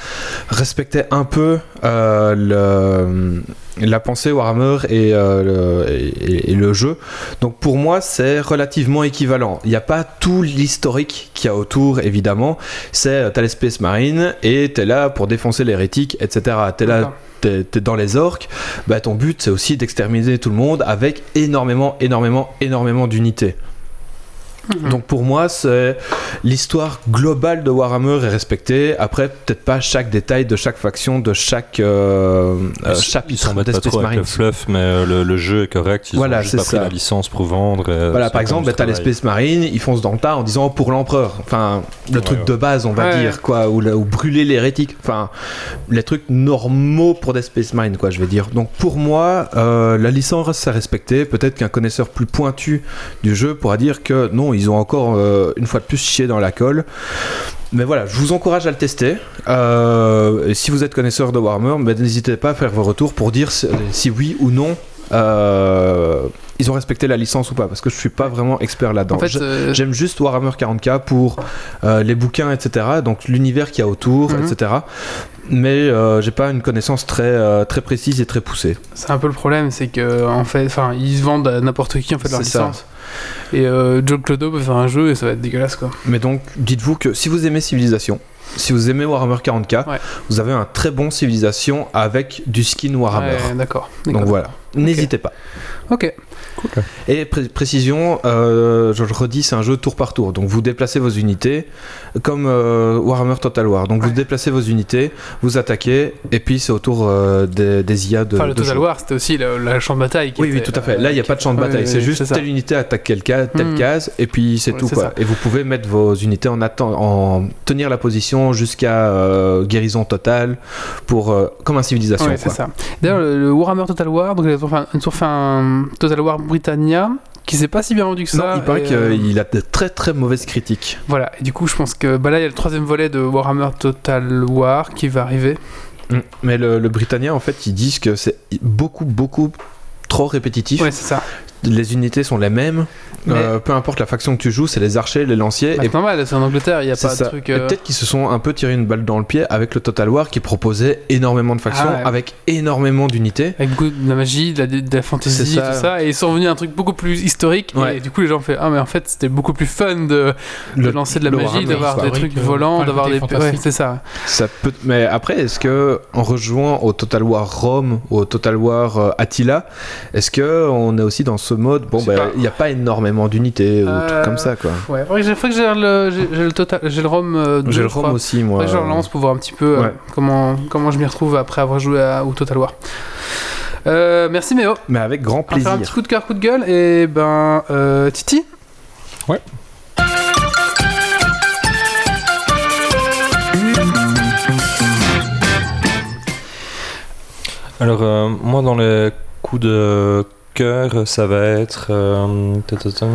respectait un peu euh, le- la pensée Warhammer et, euh, le, et- et le jeu. Donc pour moi, c'est relativement équivalent. Il n'y a pas tout l'historique qu'il y a autour, évidemment. C'est euh, t'as les Space Marines et t'es là pour défoncer l'hérétique, etc. T'es là
d'accord.
t'es t'es dans les orques, bah ton but c'est aussi d'exterminer tout le monde avec énormément, énormément, énormément d'unités. Donc pour moi, c'est l'histoire globale de Warhammer est respectée. Après, peut-être pas chaque détail de chaque faction, de chaque euh, euh,
Ils
chapitre
s'embêtent pas
d'Espace
trop avec
Marine.
le fluff, mais euh, le, le jeu est correct. Ils
Voilà,
ont juste
c'est
pas pris
ça.
la licence pour vendre.
Voilà,
et, Euh, c'est
par
comme
exemple,
du
bah, t'as les
travail.
Space Marines, ils foncent dans le tas en disant oh, pour l'empereur. Enfin, le
Ouais,
truc
ouais.
de base, on va
Ouais.
dire, quoi, ou, la- ou brûler l'hérétique. Enfin, les trucs normaux pour des Space Marines, quoi, je vais dire. Donc pour moi, euh, la licence reste à respecter. Peut-être qu'un connaisseur plus pointu du jeu pourra dire que non, ils ont encore euh, une fois de plus chié dans la colle. Mais voilà, je vous encourage à le tester. Euh, et si vous êtes connaisseur de Warhammer, ben, n'hésitez pas à faire vos retours pour dire si, si oui ou non euh, ils ont respecté la licence ou pas, parce que je suis pas vraiment expert là-dedans.
En fait,
Je-
euh,
J'aime juste Warhammer 40k pour euh, les bouquins, etc. Donc l'univers qu'il y a autour,
Mhm.
etc. Mais euh, j'ai pas une connaissance très, euh, très précise et très poussée.
c'est un peu le problème, c'est que en fait, enfin, ils se vendent à n'importe qui en fait leur
C'est ça.
licence. Et euh, Joe Clodo peut faire un jeu et ça va être dégueulasse quoi.
Mais donc, dites-vous que si vous aimez Civilization, si vous aimez Warhammer 40k,
Ouais.
vous avez un très bon Civilization avec du skin Warhammer.
Ouais, d'accord.
Donc
d'accord.
voilà, n'hésitez pas.
Ok.
Et pré- précision, euh, je le redis, c'est un jeu tour par tour. Donc vous déplacez vos unités, comme euh, Warhammer Total War. Donc vous déplacez vos unités, vous attaquez, et puis c'est au tour euh, des, des IA de.
Enfin, le
de
Total
jouer.
War, c'était aussi la, la champ de bataille. Qui
Oui, oui,
était,
tout à fait.
euh,
Là, il n'y a
qui
pas de champ de
était-
bataille.
Oui,
c'est
oui,
juste
ça.
telle unité attaque quelle case, telle
Hmm.
case, et puis c'est
Ouais,
tout.
c'est
Quoi.
ça.
Et vous pouvez mettre vos unités en, atten- en tenir la position jusqu'à euh, guérison totale, pour, euh, comme un civilisation.
Ouais, c'est
quoi.
ça. D'ailleurs, le, le Warhammer Total War, donc ils ont fait un, ils ont fait un Total War Britannia qui s'est pas si bien rendu que ça.
Non, il paraît
et, euh,
qu'il a de très très mauvaises critiques.
Voilà, et du coup, je pense que bah là, il y a le troisième volet de Warhammer Total War qui va arriver.
Mm. Mais le, le Britannia, en fait, ils disent que c'est beaucoup, beaucoup trop répétitif.
Ouais, c'est ça.
Les unités sont les mêmes. Euh, peu importe la faction que tu joues, c'est les archers, les lanciers.
Bah,
et
c'est normal, c'est en Angleterre, il n'y a
c'est
pas de
ça.
truc.
Et
euh,
peut-être qu'ils se sont un peu tiré une balle dans le pied avec le Total War qui proposait énormément de factions,
Ah ouais.
avec énormément d'unités.
Avec beaucoup de la magie, de la, de la fantasy,
C'est ça.
tout ça, et ils sont revenus à un truc beaucoup plus historique.
Ouais.
Et du coup, les gens font Ah, mais en fait, c'était beaucoup plus fun de, de
Le-
lancer de la
le
magie,
Warhammer
d'avoir des
historique,
trucs
euh,
volants,
pas le
d'avoir des.
côté
Ouais,
fantastique.
c'est ça.
Ça peut... Mais après, est-ce que en rejoignant au Total War Rome, au Total War euh, Attila, est-ce que on est aussi dans ce mode Bon,
Je sais
bah,
pas.
il n'y a pas énormément d'unités ou
Euh,
trucs comme ça, quoi.
Ouais, faudrait que j'ai- faudrait que j'ai le, j'ai- j'ai le, total, j'ai le Rome. euh, deux,
J'ai le
je
Rome
crois.
aussi, moi.
Faudrait que je relance pour voir un petit peu euh,
Ouais.
comment, comment je m'y retrouve après avoir joué à- au Total War. Euh, merci Méo.
Mais avec grand
On va faire
plaisir.
un petit coup de cœur, coup de gueule. Et ben, euh, Titi
Ouais.
Alors, euh, moi, dans les coups de cœur, ça va être euh, ta, ta, ta,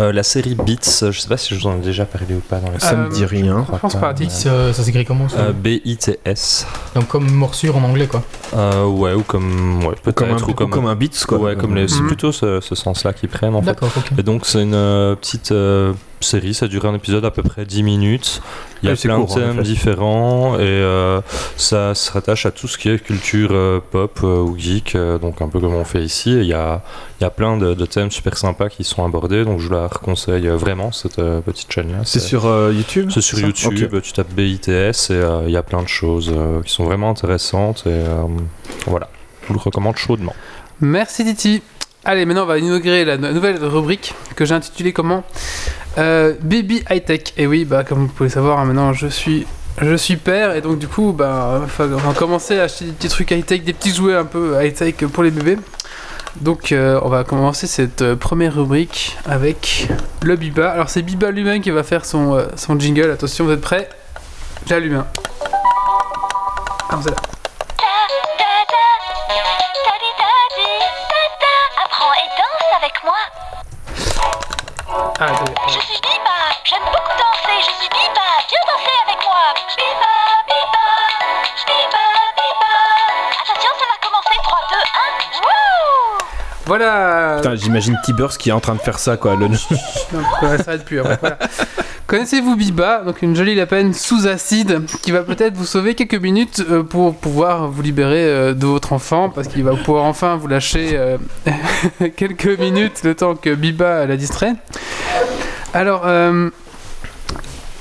euh, la série Beats. Je sais pas si je vous en ai déjà parlé ou pas dans les Euh,
Ça me
Euh,
dit rien.
Je pense pas, Titi.
Ça, ça s'écrit
Euh,
comment ça
B-I-T-S.
Donc comme morsure en anglais quoi.
Euh, ouais, ou comme. Ouais, peut-être.
Comme un,
ou comme,
beats, quoi. Mm.
Ouais, comme les- c'est
Mhm.
plutôt ce, ce sens-là qu'ils prennent en fait.
D'accord, ok.
Et donc c'est une euh, petite euh, série, ça dure un épisode à peu près 10 minutes. Il y a
Ouais, Ah, c'est
plein
court, en
de thèmes
effet.
différents et euh, ça se rattache à tout ce qui est culture euh, pop euh, ou geek, euh, donc un peu comme on fait ici. Et Il y a, il y a plein de, de thèmes super sympas qui sont abordés, donc je la conseille euh, vraiment cette euh, petite chaîne-là.
C'est sur euh, YouTube
C'est sur
ça
YouTube,
Ok.
tu tapes BITS et euh, il y a plein de choses euh, qui sont vraiment intéressantes et euh, voilà, je vous le recommande chaudement.
Merci Titi. Allez, maintenant on va inaugurer la no- nouvelle rubrique que j'ai intitulée comment Euh, Baby High Tech. Et oui, bah comme vous pouvez le savoir, hein, maintenant je suis je suis père et donc du coup, bah faut- on va commencer à acheter des petits trucs high tech, des petits jouets un peu high tech pour les bébés. Donc euh, on va commencer cette euh, première rubrique avec le Biba. Alors c'est Biba lui-même qui va faire son euh, son jingle. Attention, vous êtes prêts J'allume. un. Ah, vous êtes là.
Daddy, daddy, tata, apprends et danse avec moi.
Ah, attendez.
Je suis Biba, j'aime beaucoup danser, je suis Biba, viens danser avec moi. Biba, Biba, Biba, Biba. Attention, ça va commencer, 3, 2, 1, wouh
voilà.
Putain, j'imagine Tibbers qui est en train de faire ça, quoi. Le...
Non, voilà, ça s'arrête plus. après, voilà. Connaissez-vous Biba, donc une jolie lapine sous acide qui va peut-être vous sauver quelques minutes euh, pour pouvoir vous libérer euh, de votre enfant parce qu'il va pouvoir enfin vous lâcher euh, quelques minutes le temps que Biba la distrait. Alors, euh,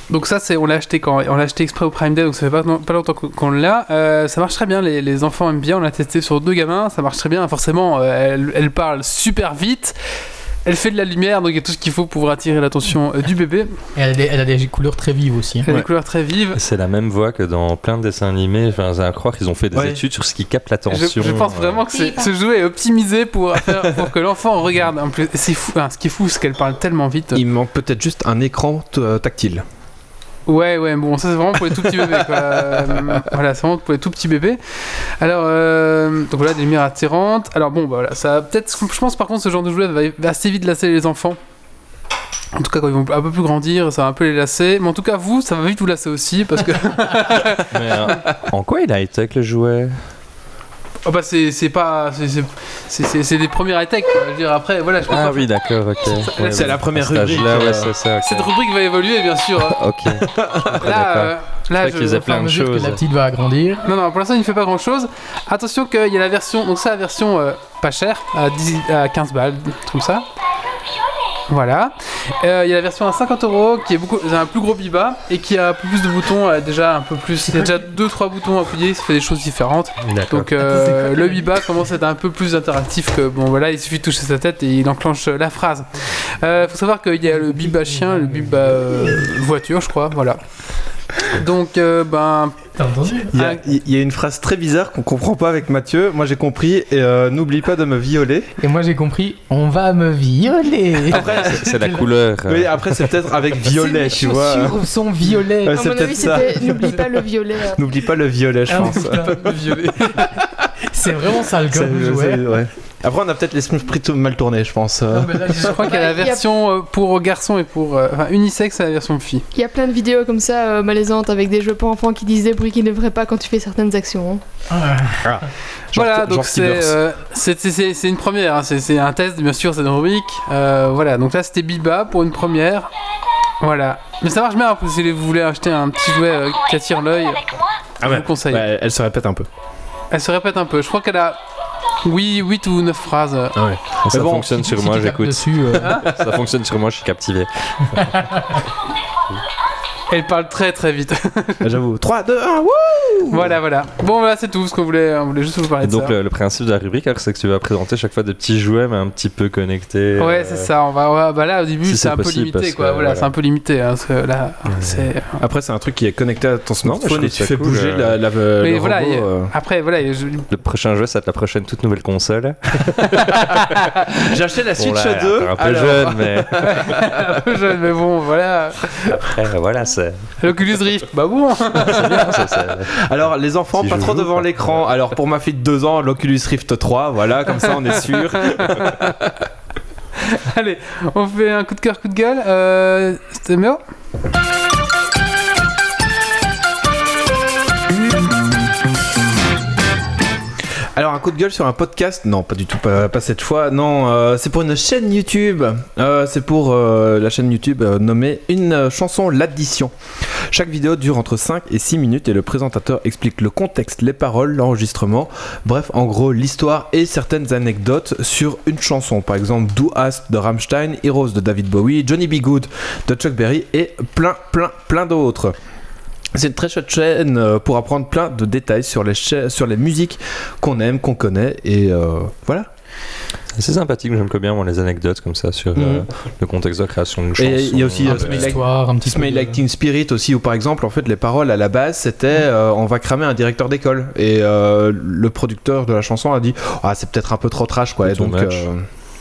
donc ça, c'est on l'a acheté quand on l'a acheté exprès au Prime Day, donc ça fait pas, non- pas longtemps qu'on- qu'on l'a. Euh, ça marche très bien, les, les enfants aiment bien. On l'a testé sur deux gamins, ça marche très bien. Forcément, euh, elle, elle parle super vite. Elle fait de la lumière, donc il y a tout ce qu'il faut pour attirer l'attention euh, du bébé.
Et elle, a des, elle a des couleurs très vives aussi. hein.
Elle a
Ouais.
des couleurs très vives.
C'est la même voix que dans plein de dessins animés. Enfin, c'est à croire qu'ils ont fait des
Ouais.
études sur ce qui capte
Je,
l'attention.
je pense vraiment que c'est- ce jouet est optimisé pour, faire- pour que l'enfant regarde. En plus, c'est fou. hein, ce qui est fou, c'est qu'elle parle tellement vite.
Il manque peut-être juste un écran t- euh, tactile.
Ouais, ouais, bon, ça c'est vraiment pour les tout petits bébés. Quoi. Euh, voilà, c'est vraiment pour les tout petits bébés. Alors, euh, donc voilà, des lumières attirantes. Alors bon, bah voilà, ça va peut-être. Je pense par contre, ce genre de jouet va va assez vite lasser les enfants. En tout cas, quand ils vont un peu plus grandir, ça va un peu les lasser. Mais en tout cas, vous, ça va vite vous lasser aussi, parce que
Mais, euh, en quoi il a été que le jouet
oh, bah, c'est c'est pas, c'est- c'est- c'est c'est- c'est des premières high-tech. quoi. Je veux dire, après, voilà, je pense
Ah
que
oui, d'accord, ok. Ouais,
c'est
ouais.
la première
À cet
rubrique,
âge-là,
euh,
ouais, c'est ça. ok.
cette rubrique va évoluer, bien sûr. hein.
Ok.
Là,
Ah, d'accord.
euh, là,
C'est vrai
je,
qu'ils aient
Au fur et à
plein de
mesure que
choses.
La petite va agrandir.
Non, non, pour l'instant, il ne fait pas grand chose. Attention qu'il y a la version, donc ça, la version euh, pas chère, à, 10 à 15 balles, un truc comme ça. Voilà. Euh, Il y a la version à 50 euros qui est beaucoup, un plus gros biba et qui a un peu plus de boutons, euh, déjà un peu plus. Il y a déjà 2-3 boutons à appuyer, ça fait des choses différentes.
D'accord.
Ah,
Donc euh, le biba commence à être un peu plus interactif que bon voilà, il suffit de toucher sa tête et il enclenche euh, la phrase. Euh, faut savoir qu'il y a le biba chien, le biba euh, voiture, je crois, voilà. Donc euh, ben
T'as entendu
Il y, a,
Ah.
il y a une phrase très bizarre qu'on comprend pas avec Mathieu. Moi j'ai compris et euh, n'oublie pas de me violer.
Et moi j'ai compris, on va me violer.
Après, c'est-
C'est la couleur. euh,
oui, après c'est peut-être avec violet,
Mes
tu vois.
chaussures sont violettes.
Ouais,
À
c'est
mon avis,
peut-être ça.
c'était n'oublie pas le violet. euh.
N'oublie pas le violet, je
Ah,
pense.
putain. C'est vraiment sale
C'est-
comme
c'est-
jouet.
ouais. Après on a peut-être l'esprit tout mal tourné, je pense. euh.
Non, mais là,
Je
j'ai-
crois qu'il y a la
Bah, il y a-
version euh, pour garçons et pour. euh, Enfin, unisex et la version fille.
Il y a plein de vidéos comme ça euh, malaisantes avec des jeux pour enfants qui disent des bruits qui ne devraient pas quand tu fais certaines actions. hein.
Ah.
Genre-
voilà,
genre
donc c'est
Tibbers.
euh, c'est- c'est- c'est- c'est une première, hein, c'est c'est un test, bien sûr, c'est une rubrique. Euh, voilà, donc là c'était Biba pour une première. Voilà. Mais ça marche bien, après, si vous voulez acheter un petit jouet euh, qui attire l'œil,
Avec moi
Ah
je vous conseille.
Ouais, elle se répète un peu.
Elle se répète un peu, je crois qu'elle a. Oui, 8 ou 9 phrases.
Ça
Ah Mais bon,
fonctionne
Si
sur
tu
moi,
tapes
j'écoute.
dessus, euh,
Ça fonctionne sur moi, je suis captivé.
Elle parle très très vite.
J'avoue. 3, 2, 1, wouh
voilà, voilà. Bon, voilà, c'est tout ce qu'on voulait. On voulait juste vous parler
Et
de
donc
ça.
le, le principe de la rubrique, alors, c'est que tu vas présenter chaque fois des petits jouets, mais un petit peu connectés.
Ouais,
euh,
c'est ça. On va, on va- bah là, au début,
si
c'est
c'est
un peu
possible,
limité, quoi.
parce
Voilà,
que, voilà. Euh,
c'est un peu limité. hein, parce que là, c'est.
Après, c'est un truc qui est connecté à ton smartphone
trouve
et tu
ça
fais
cool,
bouger
euh.
la, la,
Mais
le
voilà,
robot,
il y a-
euh.
Après, voilà, je-
Le prochain jeu, ça va être la prochaine toute nouvelle console.
J'ai acheté la Switch
Bon, là,
2.
encore Un peu
alors-
jeune, mais
un peu jeune, mais bon, voilà.
après, eh, voilà, c'est.
L'Oculus Rift, bah bon.
ça, c'est-
Alors, les enfants,
Si
pas
je
trop
joue,
devant
quoi.
l'écran. Alors, pour ma fille de 2 ans, l'Oculus Rift 3, voilà, comme ça on est sûr.
Allez, on fait un coup de cœur, coup de gueule. Euh, C'était Méo
Alors, un coup de gueule sur un podcast Non, pas du tout, pas, pas cette fois. Non, euh, c'est pour une chaîne YouTube. Euh, c'est pour euh, la chaîne YouTube euh, nommée Une euh, chanson, l'addition. Chaque vidéo dure entre 5 et 6 minutes et le présentateur explique le contexte, les paroles, l'enregistrement, bref, en gros, l'histoire et certaines anecdotes sur une chanson. Par exemple, Do Hast de Rammstein, Heroes de David Bowie, Johnny B. Good de Chuck Berry et plein, plein, plein d'autres. C'est une très chouette chaîne euh, pour apprendre plein de détails sur les, cha- sur les musiques qu'on aime, qu'on connaît et euh, voilà.
C'est sympathique, j'aime que bien moi, les anecdotes comme ça sur euh,
Mhm.
le contexte de création d'une chanson.
Et il y a aussi,
Ah,
euh,
bah,
un peu
Smell Like-
d'histoire, un petit peu
Smile
de-
Like Teen Spirit aussi, où par exemple, en fait, les paroles à la base, c'était euh, on va cramer un directeur d'école. Et euh, le producteur de la chanson a dit ah, c'est peut-être un peu trop trash, quoi. Et
Too
donc,
much.
euh,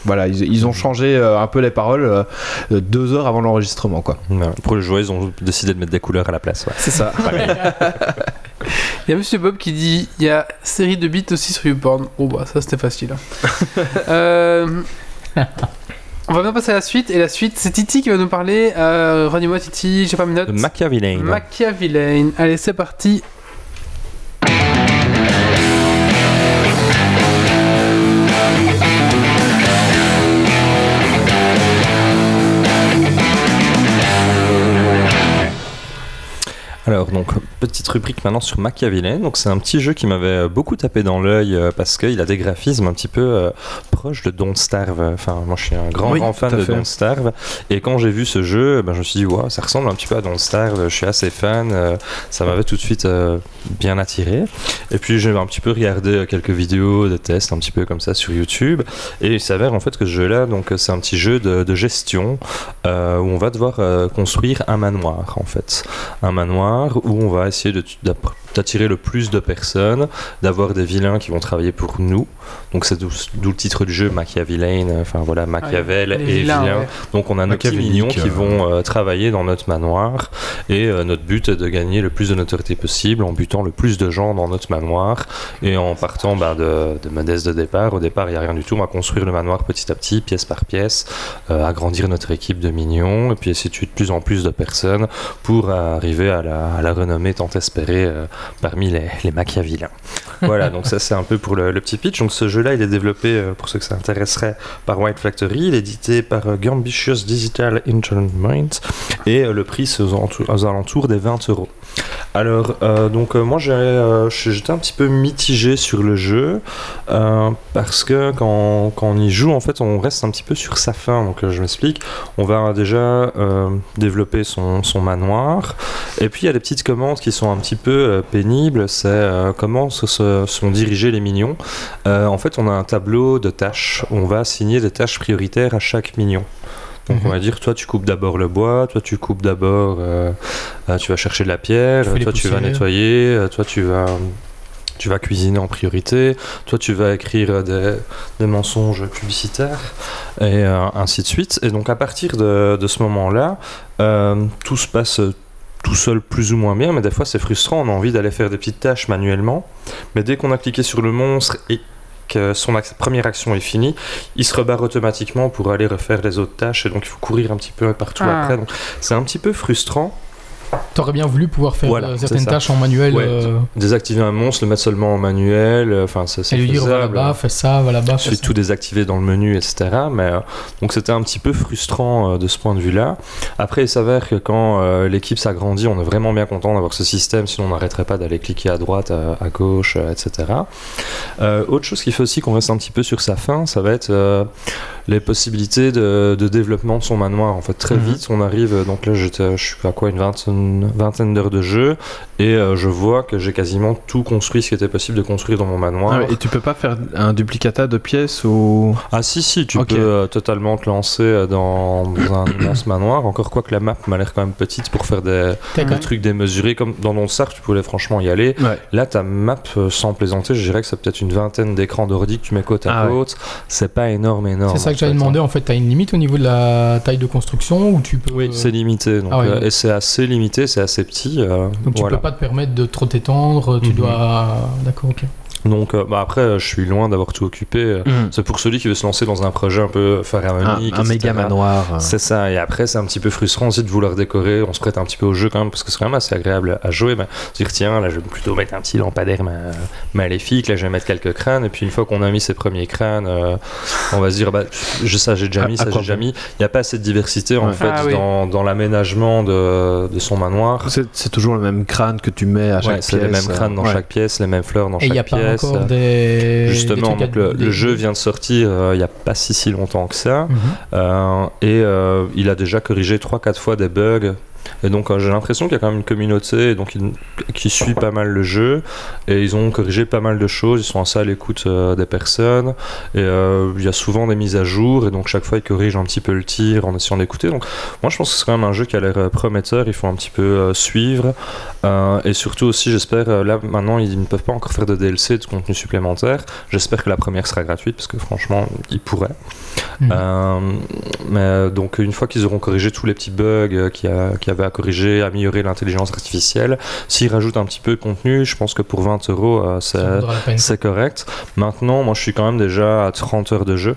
voilà, ils, ils ont changé euh, un peu les paroles euh, deux heures avant l'enregistrement, quoi.
non, Pour le jouer, ils ont décidé de mettre des couleurs à la place. ouais.
C'est ça.
Il y a Monsieur Bob qui dit il y a série de beats aussi sur YouPorn. Bon, bah, ça c'était facile. hein. Euh, on va bien passer à la suite. Et la suite, c'est Titi qui va nous parler. Euh, Rendez-moi Titi, j'ai pas mes notes.
Le Machiavellian.
Machiavillain. Allez, c'est parti.
Alors, donc, petite rubrique maintenant sur Machiavelli. Donc, c'est un petit jeu qui m'avait euh, beaucoup tapé dans l'œil euh, parce qu'il a des graphismes un petit peu euh, proches de Don't Starve. Enfin, moi, je suis un grand,
Oui,
grand fan
tout à
de
fait.
Don't Starve. Et quand j'ai vu ce jeu, ben, je me suis dit, waouh, ça ressemble un petit peu à Don't Starve. Je suis assez fan. euh, ça m'avait tout de suite euh, bien attiré. Et puis, j'ai un petit peu regardé euh, quelques vidéos de tests, un petit peu comme ça sur YouTube. Et il s'avère en fait que ce jeu-là, donc, c'est un petit jeu de, de gestion euh, où on va devoir euh, construire un manoir, en fait un manoir où on va essayer de- d'app- d'attirer le plus de personnes, d'avoir des vilains qui vont travailler pour nous. Donc c'est d'où d'où le titre du jeu Machiavellian, euh, enfin voilà, Machiavel
Ah Les
et
vilains,
vilain.
ouais.
Donc on a nos petits
Machiavélique,
mignons qui
euh.
vont euh, travailler dans notre manoir et euh, notre but est de gagner le plus de notoriété possible en butant le plus de gens dans notre manoir et en partant bah, de, de modeste de départ. Au départ il n'y a rien du tout, on va construire le manoir petit à petit, pièce par pièce, euh, agrandir notre équipe de mignons et puis essayer de tuer de plus en plus de personnes pour euh, arriver à la, à la renommée tant espérée euh, parmi les, les machiavéliens. voilà, donc ça c'est un peu pour le, le petit pitch. Donc ce jeu-là, il est développé, euh, pour ceux que ça intéresserait, par White Factory, il est édité par euh, Gambitious Digital Entertainment et euh, le prix c'est aux, alentou- aux alentours des 20 euros. Alors, euh, donc euh, moi j'ai, euh, j- j'étais un petit peu mitigé sur le jeu euh, parce que quand, quand on y joue, en fait, on reste un petit peu sur sa fin. Donc euh, je m'explique, on va déjà euh, développer son, son manoir. Et puis il y a des petites commandes qui sont un petit peu euh, pénibles, c'est euh, comment se, se- sont dirigés les minions. Euh, en fait, on a un tableau de tâches, on va assigner des tâches prioritaires à chaque mignon. Donc
Mhm.
on va dire, toi tu coupes d'abord le bois, toi tu coupes d'abord, euh, euh, tu vas chercher de la pierre,
Tu fais les
toi tu vas
poussières.
nettoyer, euh, toi tu vas... Tu vas cuisiner en priorité, toi tu vas écrire euh, des, des mensonges publicitaires, et euh, ainsi de suite. Et donc à partir de, de ce moment-là, euh, tout se passe tout seul plus ou moins bien, mais des fois c'est frustrant, on a envie d'aller faire des petites tâches manuellement, mais dès qu'on a cliqué sur le monstre et que son ac- première action est finie, il se rebarre automatiquement pour aller refaire les autres tâches, et donc il faut courir un petit peu partout
Ah.
après, donc c'est un petit peu frustrant.
T'aurais bien voulu pouvoir faire
Voilà,
euh,
c'est
certaines
ça.
tâches en manuel
Ouais,
euh,
Désactiver un monstre, le mettre seulement en manuel, euh, enfin ça
et
c'est
lui dire bah, va
faisable.
là-bas, fais ça, va là-bas, fais
Ensuite,
ça.
tout désactiver dans le menu, etc. Mais euh, donc c'était un petit peu frustrant euh, de ce point de vue-là. Après, il s'avère que quand euh, l'équipe s'agrandit, on est vraiment bien content d'avoir ce système, sinon on n'arrêterait pas d'aller cliquer à droite, à, à gauche, euh, etc. Euh, autre chose qui fait aussi qu'on reste un petit peu sur sa fin, ça va être euh, les possibilités de, de développement de son manoir. En fait, très
Mhm.
vite, on arrive. euh, Donc là, j'étais- je suis à quoi une vingtaine, vingtaine d'heures de jeu, et euh, je vois que j'ai quasiment tout construit ce qui était possible de construire dans mon manoir.
Ah, et tu peux pas faire un duplicata de pièces ou.
Ah si si, tu
Ok.
peux euh, totalement te lancer euh, dans, dans un immense manoir. Encore quoi que la map m'a l'air quand même petite pour faire des,
D'accord.
des trucs démesurés. Comme dans Don't Starve, tu pouvais franchement y aller.
Ouais.
Là, ta map, euh, sans plaisanter, je dirais que c'est peut-être une vingtaine d'écrans d'ordi que tu mets côte à
Ah ouais.
côte. C'est pas énorme, énorme.
C'est ça que
en
j'avais
fait, hein.
demandé. En fait, t'as une limite au niveau de la taille de construction ou tu peux.
Oui,
euh,
c'est limité. Donc,
Ah ouais.
euh, et c'est assez limité, c'est assez petit. euh,
Donc tu
voilà.
peux pas te permettre de trop t'étendre. Tu
Mhm.
dois. D'accord, ok.
Donc euh, bah, après, euh, je suis loin d'avoir tout occupé. euh,
Mm.
C'est pour celui qui veut se lancer dans un projet un peu
Un,
pharaonique.
Ah, un méga
etc.
manoir. euh
C'est ça, et après c'est un petit peu frustrant aussi de vouloir décorer, on se prête un petit peu au jeu quand même, parce que c'est quand même assez agréable à jouer, mais se dire tiens, là je vais plutôt mettre un petit lampadaire ma- maléfique, là je vais mettre quelques crânes, et puis une fois qu'on a mis ses premiers crânes, euh, on va se dire bah, je, ça j'ai déjà
À-
mis,
à
ça j'ai
quoi
déjà mis, il n'y a pas assez de diversité en
Ouais.
fait
Ah oui.
dans, dans l'aménagement de, de son manoir.
C'est c'est toujours le même crâne que tu mets à chaque
Ouais,
pièce.
c'est les mêmes
euh,
crânes dans
ouais.
chaque pièce, les mêmes fleurs dans
Et il n'y a
chaque
pas
pièce.
encore des.
Justement,
des trucs à-
donc le, le
des-
jeu vient de sortir euh, il n'y a pas si si longtemps que ça.
Mhm.
Euh, et euh, il a déjà corrigé 3-4 fois des bugs. Et donc euh, j'ai l'impression qu'il y a quand même une communauté donc, une- qui suit pas mal le jeu. Et ils ont corrigé pas mal de choses. Ils sont assez à l'écoute euh, des personnes. Et euh, il y a souvent des mises à jour. Et donc chaque fois ils corrigent un petit peu le tir en essayant d'écouter. Donc moi je pense que c'est quand même un jeu qui a l'air euh, prometteur. Il faut un petit peu euh, suivre. Euh, et surtout aussi j'espère, euh, là maintenant ils ne peuvent pas encore faire de DLC, de contenu supplémentaire. J'espère que la première sera gratuite parce que franchement ils pourraient.
Mhm.
Euh, mais euh, donc une fois qu'ils auront corrigé tous les petits bugs euh, qu'il y, a- qu'il y avait à corriger, améliorer l'intelligence artificielle, s'ils rajoutent un petit peu de contenu, je pense que pour 20 euros, euh, c'est-
Ça vaudra la peine.
c'est correct. Maintenant, moi je suis quand même déjà à 30 heures de jeu.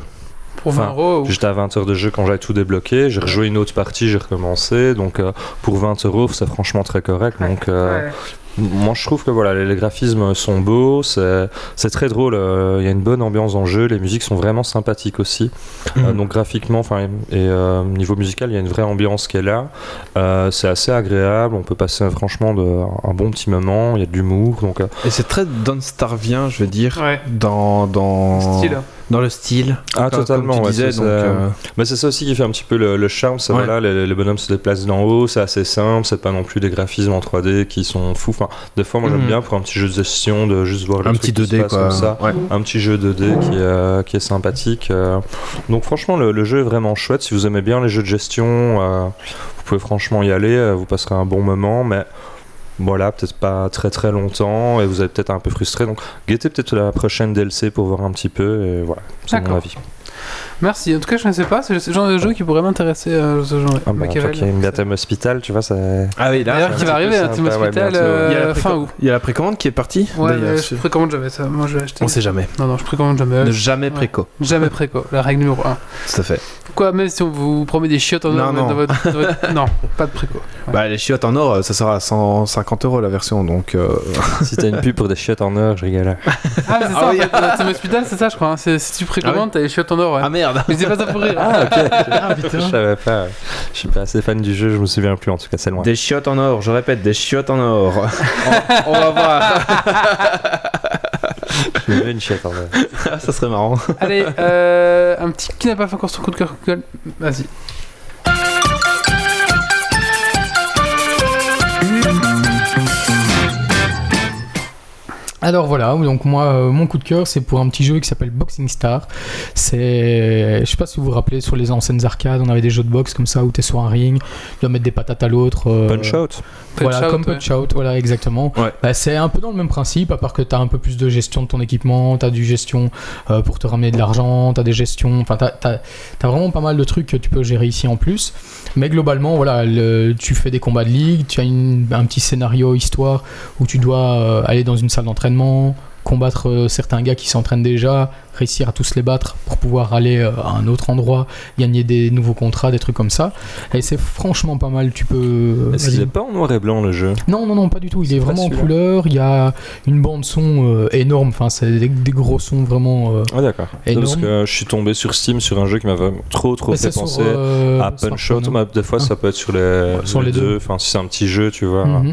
Pour 20
Enfin,
euros. ou-
J'étais à 20 heures de jeu quand j'avais tout débloqué. J'ai rejoué une autre partie, j'ai recommencé. Donc euh, pour 20 euros, c'est franchement très correct. Donc euh, Moi, je trouve que voilà, les les graphismes sont beaux, c'est c'est très drôle. euh, Il y a une bonne ambiance en jeu, les musiques sont vraiment sympathiques aussi. Euh, donc graphiquement, enfin, et euh, niveau musical, il y a une vraie ambiance qui est là. Euh, c'est assez agréable. On peut passer euh, franchement de, un bon petit moment. Il y a de l'humour, donc euh,
Et c'est très Don Starvien, je veux dire,
Ouais.
dans, dans,
Style.
dans le style.
Ah, totalement,
Comme tu
ouais,
disais,
c'est-
donc,
c'est-
euh,
Mais c'est ça aussi qui fait un petit peu le, le charme, c'est
Ouais.
voilà, les, les bonhommes se déplacent d'en haut, c'est assez simple, c'est pas non plus des graphismes en 3D qui sont fous. Enfin, des fois, moi j'aime
Mhm.
bien pour un petit jeu de gestion, de juste voir le
un
truc
petit
qui se
2D
passe
quoi.
comme ça.
Ouais.
Un petit jeu 2D qui est, euh, qui est sympathique. euh. Donc franchement, le, le jeu est vraiment chouette. Si vous aimez bien les jeux de gestion, euh, vous pouvez franchement y aller, euh, vous passerez un bon moment, mais voilà, peut-être pas très très longtemps et vous allez peut-être un peu frustré. Donc guettez peut-être la prochaine DLC pour voir un petit peu. Et voilà, c'est mon
D'accord.
avis.
Merci. En tout cas, je ne sais pas. C'est le genre de jeu qui pourrait m'intéresser. euh, ce genre.
Ah bah, toi qui aimes bien Thème Hospital, tu vois, c'est...
Ah oui, là,
D'ailleurs,
c'est
qui va
un petit
arriver
peu
à Team
sympa, ouais,
Hospital
bientôt.
euh,
il y a la
fin
précommande-
août.
il y a la précommande qui est partie.
Ouais,
d'ailleurs,
mais je
sur-
précommande jamais ça. Moi, je vais acheter.
on sait jamais.
Non, non, je précommande jamais.
Ne jamais
ouais.
préco.
Jamais préco. La règle numéro 1.
Tout à fait.
Quoi, même si on vous promet des chiottes en
Non,
or, mais
non.
dans votre- dans votre- non, pas de préco. Ouais.
Bah, les chiottes en or, euh, ça sera à 150 euros la version, donc. euh,
Si t'as une pub pour des chiottes en or, je rigole.
Ah, mais c'est
Ah
ça, en
oui.
fait, dans Team Hospital, c'est ça, je crois. hein. C'est- Si tu précommandes, t'as les chiottes en or, ouais.
Ah merde
mais c'est pas ça pour rire.
Ah, ok. je savais pas. Je suis pas assez fan du jeu, je me souviens plus en tout cas, c'est loin.
Des chiottes en or, je répète, des chiottes en or. on, on va voir.
Je veux une chiotte en or.
Ah, ça serait marrant.
Allez, euh, un petit qui n'a pas fait encore son coup de cœur, coup de gueule. Vas-y.
Alors voilà, donc moi, euh, mon coup de cœur, c'est pour un petit jeu qui s'appelle Boxing Star. C'est, je sais pas si vous vous rappelez, sur les anciennes arcades, on avait des jeux de boxe comme ça où t'es sur un ring, tu dois mettre des patates à l'autre. euh,
Punch out
voilà,
Punch-Out,
comme
ouais.
Punch Out, voilà, exactement.
Ouais.
Bah, c'est un peu dans le même principe, à part que tu as un peu plus de gestion de ton équipement, tu as du gestion euh, pour te ramener de l'argent, tu as des gestions, enfin, tu as, vraiment pas mal de trucs que tu peux gérer ici en plus. Mais globalement, voilà, le- tu fais des combats de ligue, tu as une- un petit scénario histoire où tu dois euh, aller dans une salle d'entraînement, combattre euh, certains gars qui s'entraînent déjà, réussir à tous les battre pour pouvoir aller euh, à un autre endroit, gagner des nouveaux contrats, des trucs comme ça. Et c'est franchement pas mal, tu peux...
Est-ce
Vas-y.
qu'il est pas en noir et blanc le jeu
Non, non, non, pas du tout. Il
C'est
est
pas
vraiment en
celui-là.
couleur. Il y a une bande son euh, énorme. Enfin, c'est des, des gros sons vraiment. euh,
Ah d'accord.
Énorme.
Parce que je suis tombé sur Steam sur un jeu qui m'avait trop trop
mais
fait
c'est sur,
penser
euh,
à Punch Out.
smartphone,
mais Des fois
Ah.
ça peut être sur les,
sur les deux.
Enfin, si c'est un petit jeu, tu vois.
hein. Mhm.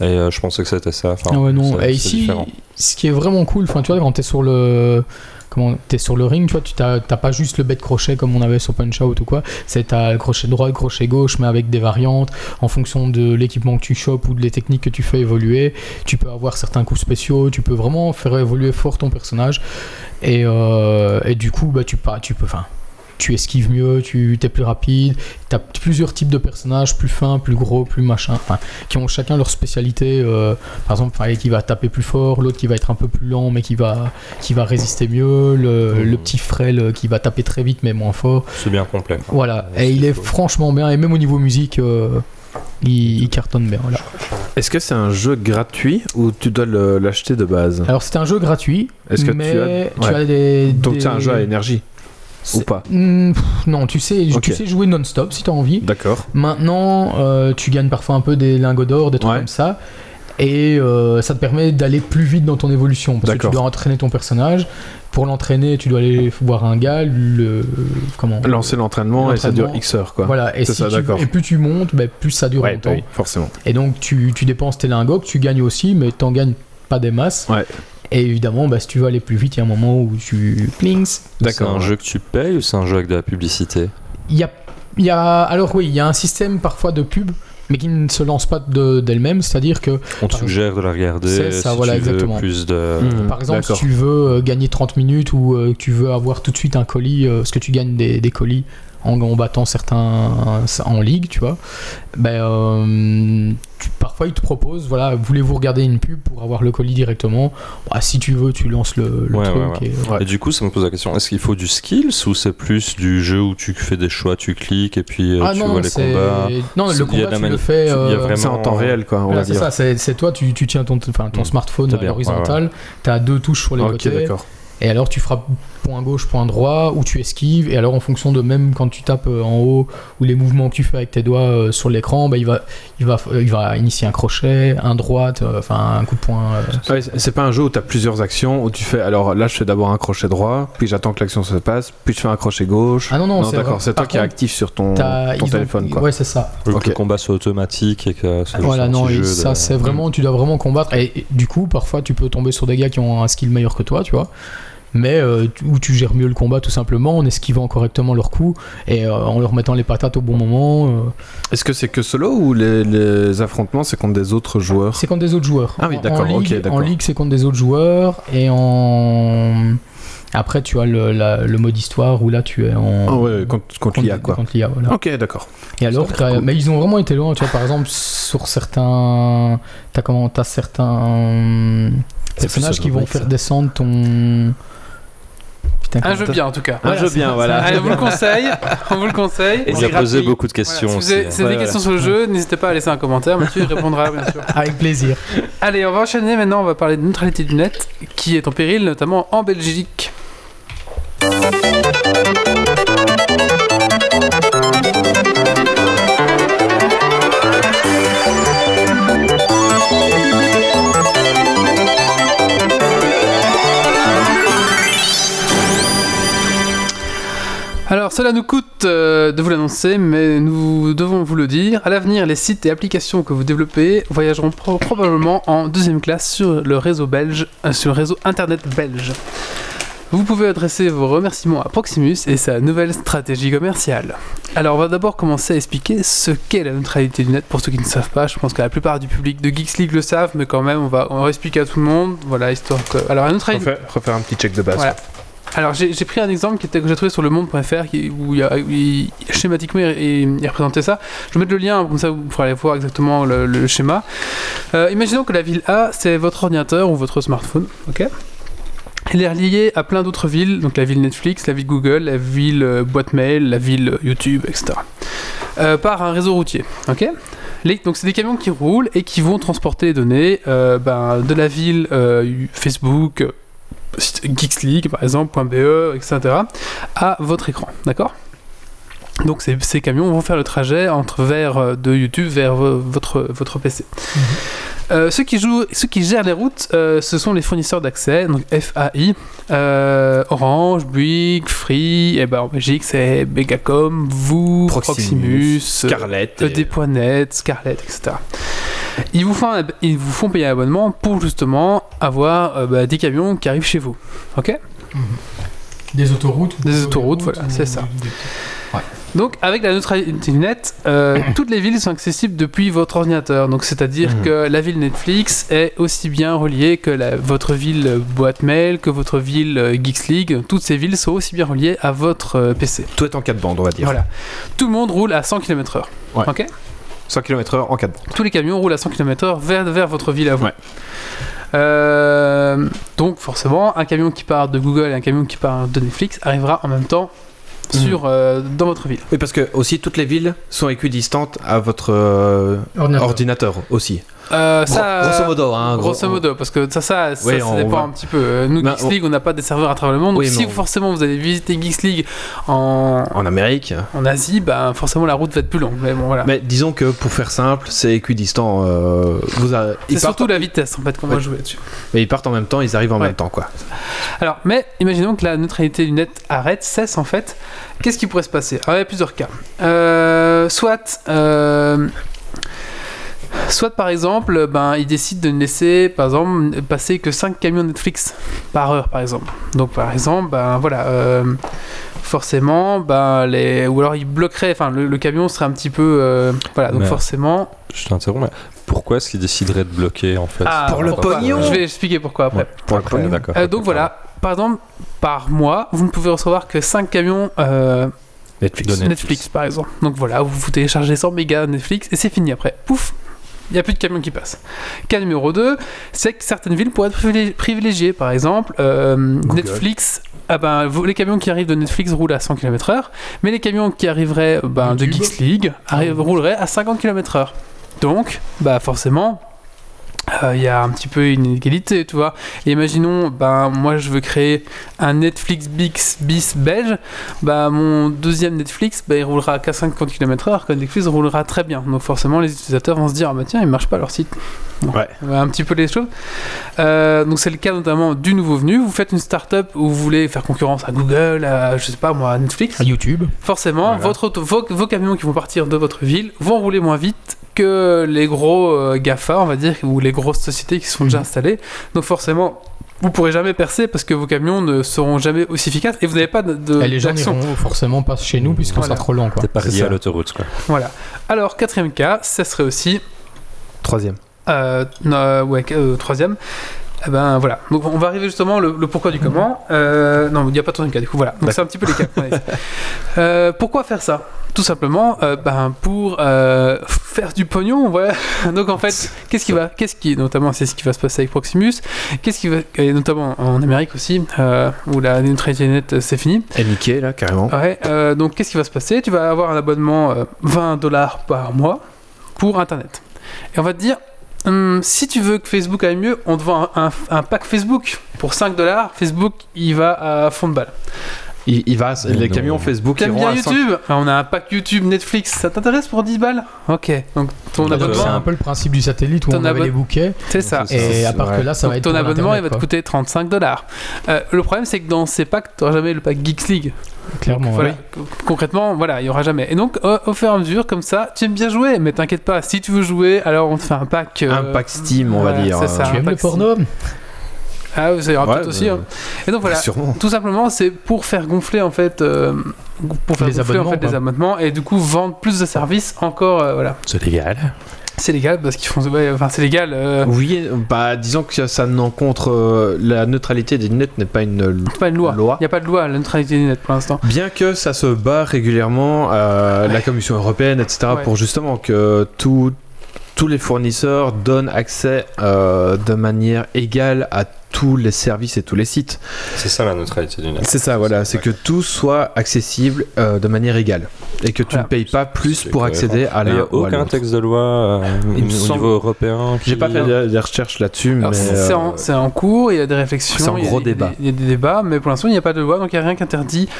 Et euh, je pensais que c'était ça. Enfin,
Ah ouais, non.
c'est-
Et
c'est
ici,
différent.
ce qui est vraiment cool, enfin, tu vois, quand t'es sur le. Comment t'es sur le ring, tu vois, tu t'as t'as pas juste le bête crochet comme on avait sur Punch Out ou quoi. C'est t'as le crochet droit, le crochet gauche, mais avec des variantes en fonction de l'équipement que tu chopes ou de les techniques que tu fais évoluer. Tu peux avoir certains coups spéciaux, tu peux vraiment faire évoluer fort ton personnage. Et, euh, et du coup, bah, tu, pas, tu peux. Enfin, tu esquives mieux, tu es plus rapide, tu as plusieurs types de personnages, plus fins, plus gros, plus machin, enfin, qui ont chacun leur spécialité. euh, par exemple, il y en a qui va taper plus fort, l'autre qui va être un peu plus lent, mais qui va, qui va résister mieux, le,
Oh.
Mhm.
le petit frêle euh, qui va taper très vite, mais moins fort.
C'est bien complet.
Oh,
quoi.
Voilà,
Ouais,
et
c'est
il est
cool.
franchement bien, et même au niveau musique, euh, il, il cartonne bien. Voilà.
Est-ce que c'est un jeu gratuit ou tu dois le- l'acheter de base
Alors, c'est un jeu gratuit,
Est-ce que tu
mais
as-
tu
ouais.
as des.
Donc
des-
c'est un jeu à énergie ou
C'est-
pas
Hmm, pff, Non, tu sais,
Ok.
tu sais jouer non-stop si tu as envie.
D'accord.
Maintenant, euh, tu gagnes parfois un peu des lingots d'or, des trucs
Ouais.
comme ça. Et euh, ça te permet d'aller plus vite dans ton évolution. Parce que tu
D'accord.
dois entraîner ton personnage. Pour l'entraîner, tu dois aller voir un gars, le. Comment
Lancer l'entraînement et ça dure
L'entraînement.
X heures quoi.
Voilà, et,
C'est
si
ça,
tu-
d'accord.
et plus tu montes, bah, plus ça dure
Ouais,
longtemps.
oui, forcément.
Et donc tu, tu dépenses tes lingots, que tu gagnes aussi, mais t'en gagnes pas des masses.
Ouais.
Et évidemment, bah, si tu veux aller plus vite, il y a un moment où tu clings.
C'est
D'accord.
un
ouais.
jeu que tu payes ou c'est un jeu avec de la publicité
Il y a, il y a- alors oui, il y a un système parfois de pub, mais qui ne se lance pas de- d'elle-même. C'est-à-dire que
On te suggère de la regarder
C'est ça,
si
voilà,
tu veux
exactement.
plus de...
Mhm,
Euh, Par exemple, si
d'accord.
tu veux euh, gagner 30 minutes ou euh, que tu veux avoir tout de suite un colis, euh, parce que tu gagnes des, des colis en, en battant certains euh, en ligue, tu vois, ben, euh, tu- parfois ils te proposent, voilà, voulez-vous regarder une pub pour avoir le colis directement Bah, Si tu veux, tu lances le, le
Ouais,
truc.
ouais, ouais.
et-
Ouais.
Et du coup, ça me pose la question est-ce qu'il faut du skills ou c'est plus du jeu où tu fais des choix, tu cliques et puis euh,
Ah
tu
non,
vois les
c'est-
combats
non,
C'est-
le
il y a de
combat,
la
tu
manu-
le fais.
il y a
euh,
vraiment-
C'est en temps réel quoi, on
voilà,
va
c'est
dire.
ça, c'est c'est toi, tu, tu tiens ton, enfin, ton
Mm.
smartphone
Très
à
bien, ouais,
l'horizontale, tu as deux touches sur les
ok,
côtés,
d'accord.
Et alors tu frappes point gauche, point droit, ou tu esquives. Et alors en fonction de même quand tu tapes euh, en haut ou les mouvements que tu fais avec tes doigts euh, sur l'écran, bah, il, va, il, va, il va initier un crochet, un droite, euh, enfin un coup de poing. euh.
Ouais, Ah c'est c'est pas un jeu où t'as plusieurs actions, où tu fais. Alors là, je fais d'abord un crochet droit, puis j'attends que l'action se passe, puis je fais un crochet gauche.
Ah non, non,
non,
c'est
d'accord,
vrai.
c'est toi
Par
qui est
contre,
actif sur ton,
t'as-
ton
ils ont-
téléphone, quoi.
Ouais, c'est ça.
Vu
Ok.
que le combat soit automatique et que c'est juste
Voilà,
un
non,
petit
et
jeu de-
ça c'est vraiment, tu dois vraiment combattre. Et, et du coup, parfois, tu peux tomber sur des gars qui ont un skill meilleur que toi, tu vois. Mais euh, tu- où tu gères mieux le combat tout simplement en esquivant correctement leurs coups et euh, en leur mettant les patates au bon moment. euh.
Est-ce que c'est que solo ou les, les affrontements, c'est contre des autres joueurs
C'est contre des autres joueurs.
Ah oui,
En-
d'accord,
en
ok,
ligue-
d'accord.
En ligue, c'est contre des autres joueurs et en. Après, tu as le, la- le mode histoire où là tu es en.
Ah ouais, contre, contre l'IA, quoi. Ah,
Contre l'IA, voilà.
Ok, d'accord.
Et alors, t'as- mais ils ont vraiment été loin, tu vois, par exemple, sur certains. T'as comment T'as certains personnages
ça,
qui vont
rubrique,
faire
ça.
descendre ton. Putain,
Un
comment
jeu
t'as-
Ah, bien en tout cas.
Un
Voilà,
jeu
c'est
Ah, bien,
ça,
voilà.
Allez, on vous le conseille. On vous le conseille.
Et
On
c'est
a posé
gratuit.
beaucoup de
Voilà,
questions
si vous avez, si
aussi.
vous avez
Ouais,
des questions sur le jeu, n'hésitez pas à laisser un commentaire. Mathieu y répondra bien sûr.
Avec plaisir.
Allez, on va enchaîner maintenant. On va parler de neutralité du net qui est en péril, notamment en Belgique. Alors cela nous coûte euh, de vous l'annoncer, mais nous devons vous le dire. À l'avenir, les sites et applications que vous développez voyageront pro- probablement en deuxième classe sur le réseau belge, euh, sur le réseau internet belge. Vous pouvez adresser vos remerciements à Proximus et sa nouvelle stratégie commerciale. Alors on va d'abord commencer à expliquer ce qu'est la neutralité du net pour ceux qui ne savent pas. Je pense que la plupart du public de Geeks League le savent, mais quand même on va, on va expliquer à tout le monde. Voilà, histoire que... Alors la neutralité...
Refaire, refaire un petit check de base.
Voilà. Alors j'ai j'ai pris un exemple qui était, que j'ai trouvé sur le monde.fr qui- où, il y a- où il- schématiquement il, il- il représentait ça. Je vais mettre le lien comme ça vous pourrez aller voir exactement le, le schéma. Euh, imaginons que la ville A c'est votre ordinateur ou votre smartphone, ok Elle est reliée à plein d'autres villes, donc la ville Netflix, la ville Google, la ville euh, boîte mail, la ville euh, YouTube, etc. euh, par un réseau routier, ok les- donc c'est des camions qui roulent et qui vont transporter les données euh, ben, de la ville euh, Facebook, euh, site Geeks League par exemple, .be, etc. à votre écran, d'accord donc ces, ces camions vont faire le trajet entre vers euh, de YouTube vers vo- votre, votre PC. Euh, ceux, qui jouent, ceux qui gèrent les routes, euh, ce sont les fournisseurs d'accès, donc FAI, euh, Orange, Bouygues, Free, et ben en Belgique c'est Megacom, vous, Proximus,
Proximus,
euh,
Scarlett. et-
ED.net, Scarlett, etc. Ils vous, font un- ils vous font payer un abonnement pour justement avoir euh, bah, des camions qui arrivent chez vous. Ok
Des autoroutes. ou
Des autoroutes, voilà,
ou-
c'est ça.
des-
Donc, avec la neutralité net, euh, toutes les villes sont accessibles depuis votre ordinateur. Donc, c'est-à-dire
Mhm.
que la ville Netflix est aussi bien reliée que la- votre ville euh, boîte mail, que votre ville euh, Geeks League. Toutes ces villes sont aussi bien reliées à votre euh, PC.
Tout est en 4 bandes, on va dire.
Voilà. Tout le monde roule à 100 km/h.
Ouais.
Ok
100 km/h en 4 bandes.
tous les camions roulent à 100 km/h vers, vers votre ville à vous.
Ouais.
Euh, donc forcément, un camion qui part de Google et un camion qui part de Netflix arrivera en même temps sur, euh, dans votre ville.
Oui, parce que aussi toutes les villes sont équidistantes à votre euh,
Ordinateur.
ordinateur aussi.
Euh, ça,
Gros- grosso modo, hein. gros-
Grosso modo, parce que ça, ça, ça,
Oui,
ça
on
dépend
va-
un petit peu. Euh, Nous,
Ben,
Geeks
on-
League, on n'a pas des serveurs à travers le monde. Donc,
Oui, mais
si
on-
forcément vous allez visiter Geeks League en,
En Amérique.
en Asie, ben, forcément la route va être plus longue. Mais bon, voilà.
Mais disons que pour faire simple, c'est équidistant. euh, vous a-
C'est
ils partent,
surtout la vitesse en fait qu'on va
Ouais.
jouer dessus.
Mais ils partent en même temps, ils arrivent en
Ouais.
même temps, quoi.
Alors, mais imaginons que la neutralité du net arrête, cesse en fait. Qu'est-ce qui pourrait se passer Alors, il y a plusieurs cas. Euh, soit, euh, soit par exemple, ben, ils décident de ne laisser, par exemple, passer que 5 camions Netflix par heure, par exemple. Donc, par exemple, ben voilà. euh, forcément ben les ou alors ils bloqueraient enfin le, le camion serait un petit peu euh, voilà donc
Mais-
forcément
hein. Je t'interromps, mais pourquoi est-ce qu'ils décideraient de bloquer en fait
Ah,
pour le
pourquoi
pognon
je vais expliquer pourquoi après
Ouais, Pour le
Après,
pognon, d'accord.
Euh, donc voilà par exemple par mois vous ne pouvez recevoir que 5 camions euh,
Netflix.
Donner.
Netflix. par exemple. Donc voilà, vous vous téléchargez 100 mégas Netflix et c'est fini après. Pouf il n'y a plus de camions qui passent. Cas numéro 2, c'est que certaines villes pourraient être privili- privilégiées. Par exemple, euh, Netflix, ah ben, vous- les camions qui arrivent de Netflix roulent à 100 km/h, mais les camions qui arriveraient euh, ben, de
YouTube.
Geeks League arrivent- rouleraient à 50 km/h. Donc, bah forcément, euh, il y a un petit peu une inégalité, tu vois. Et imaginons, ben, moi je veux créer un Netflix Bix bis belge, ben, mon deuxième Netflix, ben, il roulera qu'à 50 km/h, que Netflix roulera très bien. Donc forcément, les utilisateurs vont se dire, ah bah tiens, il marche pas leur site. Bon,
Ouais.
on va un petit peu les choses. Euh, donc c'est le cas notamment du nouveau venu. Vous faites une start-up où vous voulez faire concurrence à Google, à, je sais pas moi, à Netflix.
à Ah, YouTube.
Forcément,
Voilà.
votre auto- vos, vos camions qui vont partir de votre ville vont rouler moins vite que les gros euh, GAFA, on va dire, ou les grosses sociétés qui sont déjà
Mhm.
installées. Donc forcément, vous pourrez jamais percer parce que vos camions ne seront jamais aussi efficaces et vous n'avez pas de, de-
Et les gens
d'action.
n'iront forcément pas chez nous puisqu'on
Euh, Voilà.
sera trop lent. Quoi.
T'es pas
C'est
relié à
ça.
l'autoroute, quoi.
Voilà. Alors, quatrième cas, ça serait aussi...
Troisième.
euh, euh, ouais, euh, troisième. Eh ben voilà. Donc on va arriver justement le, le pourquoi du comment. Euh, non, il n'y a pas de troisième cas du coup. Voilà. Donc c'est un petit peu les cas. qu'on a ici. Euh, pourquoi faire ça Tout simplement, euh, ben pour euh, faire du pognon. Voilà. Donc en fait, qu'est-ce qui va Qu'est-ce qui, notamment, c'est ce qui va se passer avec Proximus. Qu'est-ce qui va Et notamment en Amérique aussi, euh, où la neutralité net euh, c'est fini.
Et Mickey, là, carrément.
Ouais, euh, donc qu'est-ce qui va se passer Tu vas avoir un abonnement euh, 20 dollars par mois pour Internet. Et on va te dire, Hum, si tu veux que Facebook aille mieux, on te vend un, un- un pack Facebook. Pour 5 dollars, Facebook, il va à fond de balle.
Il, il va,
Mais
les
non.
camions Facebook, ils
T'aimes
vont
bien
à cinq-
YouTube Ah, On a un pack YouTube, Netflix, ça t'intéresse pour 10 balles Ok, donc ton
Donc,
Donc,
abonnement,
C'est un peu le principe du satellite où
Ton
on avait
abonne-
les bouquets.
c'est ça.
c'est
Et à part
ouais.
que là, ça
Donc,
va être.
ton
pour
abonnement, il va
l'Internet,
te coûter 35 dollars. Euh, le problème, c'est que dans ces packs, tu jamais le pack Geeks League.
quoi. Clairement.
Voilà.
ouais.
Con- Concrètement, voilà, il y aura jamais. Et donc, au, au fur et à mesure, comme ça, tu aimes bien jouer, mais t'inquiète pas, si tu veux jouer, alors on te fait un pack. euh,
Un pack Steam, on va
voilà,
dire.
c'est ça.
Euh,
un
Tu aimes le
pack
porno
Ah, ça ira
Ouais,
peut-être aussi.
euh,
hein. Et donc voilà,
Sûrement.
tout simplement, c'est pour faire gonfler en fait, euh, pour faire
Les
gonfler, en
abonnements,
fait les
quoi.
abonnements et du coup vendre plus de services encore. euh, voilà,
C'est légal.
c'est légal parce qu'ils font, ouais, enfin c'est légal. euh,
Oui, et- bah disons que ça n'encontre euh, la neutralité des nets n'est pas une l-
c'est pas une loi.
Loi.
Il n'y a pas de loi à la neutralité des net pour l'instant.
bien que ça se bat régulièrement euh, la Commission européenne etc
Ouais.
pour justement que tout- tous les fournisseurs donnent accès euh, de manière égale à tous les services et tous les sites.
C'est ça la neutralité du net.
C'est ça, voilà, c'est que tout soit accessible euh, de manière égale et que tu
Voilà.
ne payes pas plus
C'est
pour
cohérent.
accéder à
Il n'y
la.
a aucun texte de loi euh,
Il me
au
semble-
niveau européen. Qui...
J'ai pas fait des des recherches là-dessus, mais
Alors, c'est c'est en,
euh,
c'est en cours, il y a des réflexions,
c'est en
il y a
gros
des-
débat.
il y a des débats, mais pour l'instant il n'y a pas de loi, donc il n'y a rien qui interdit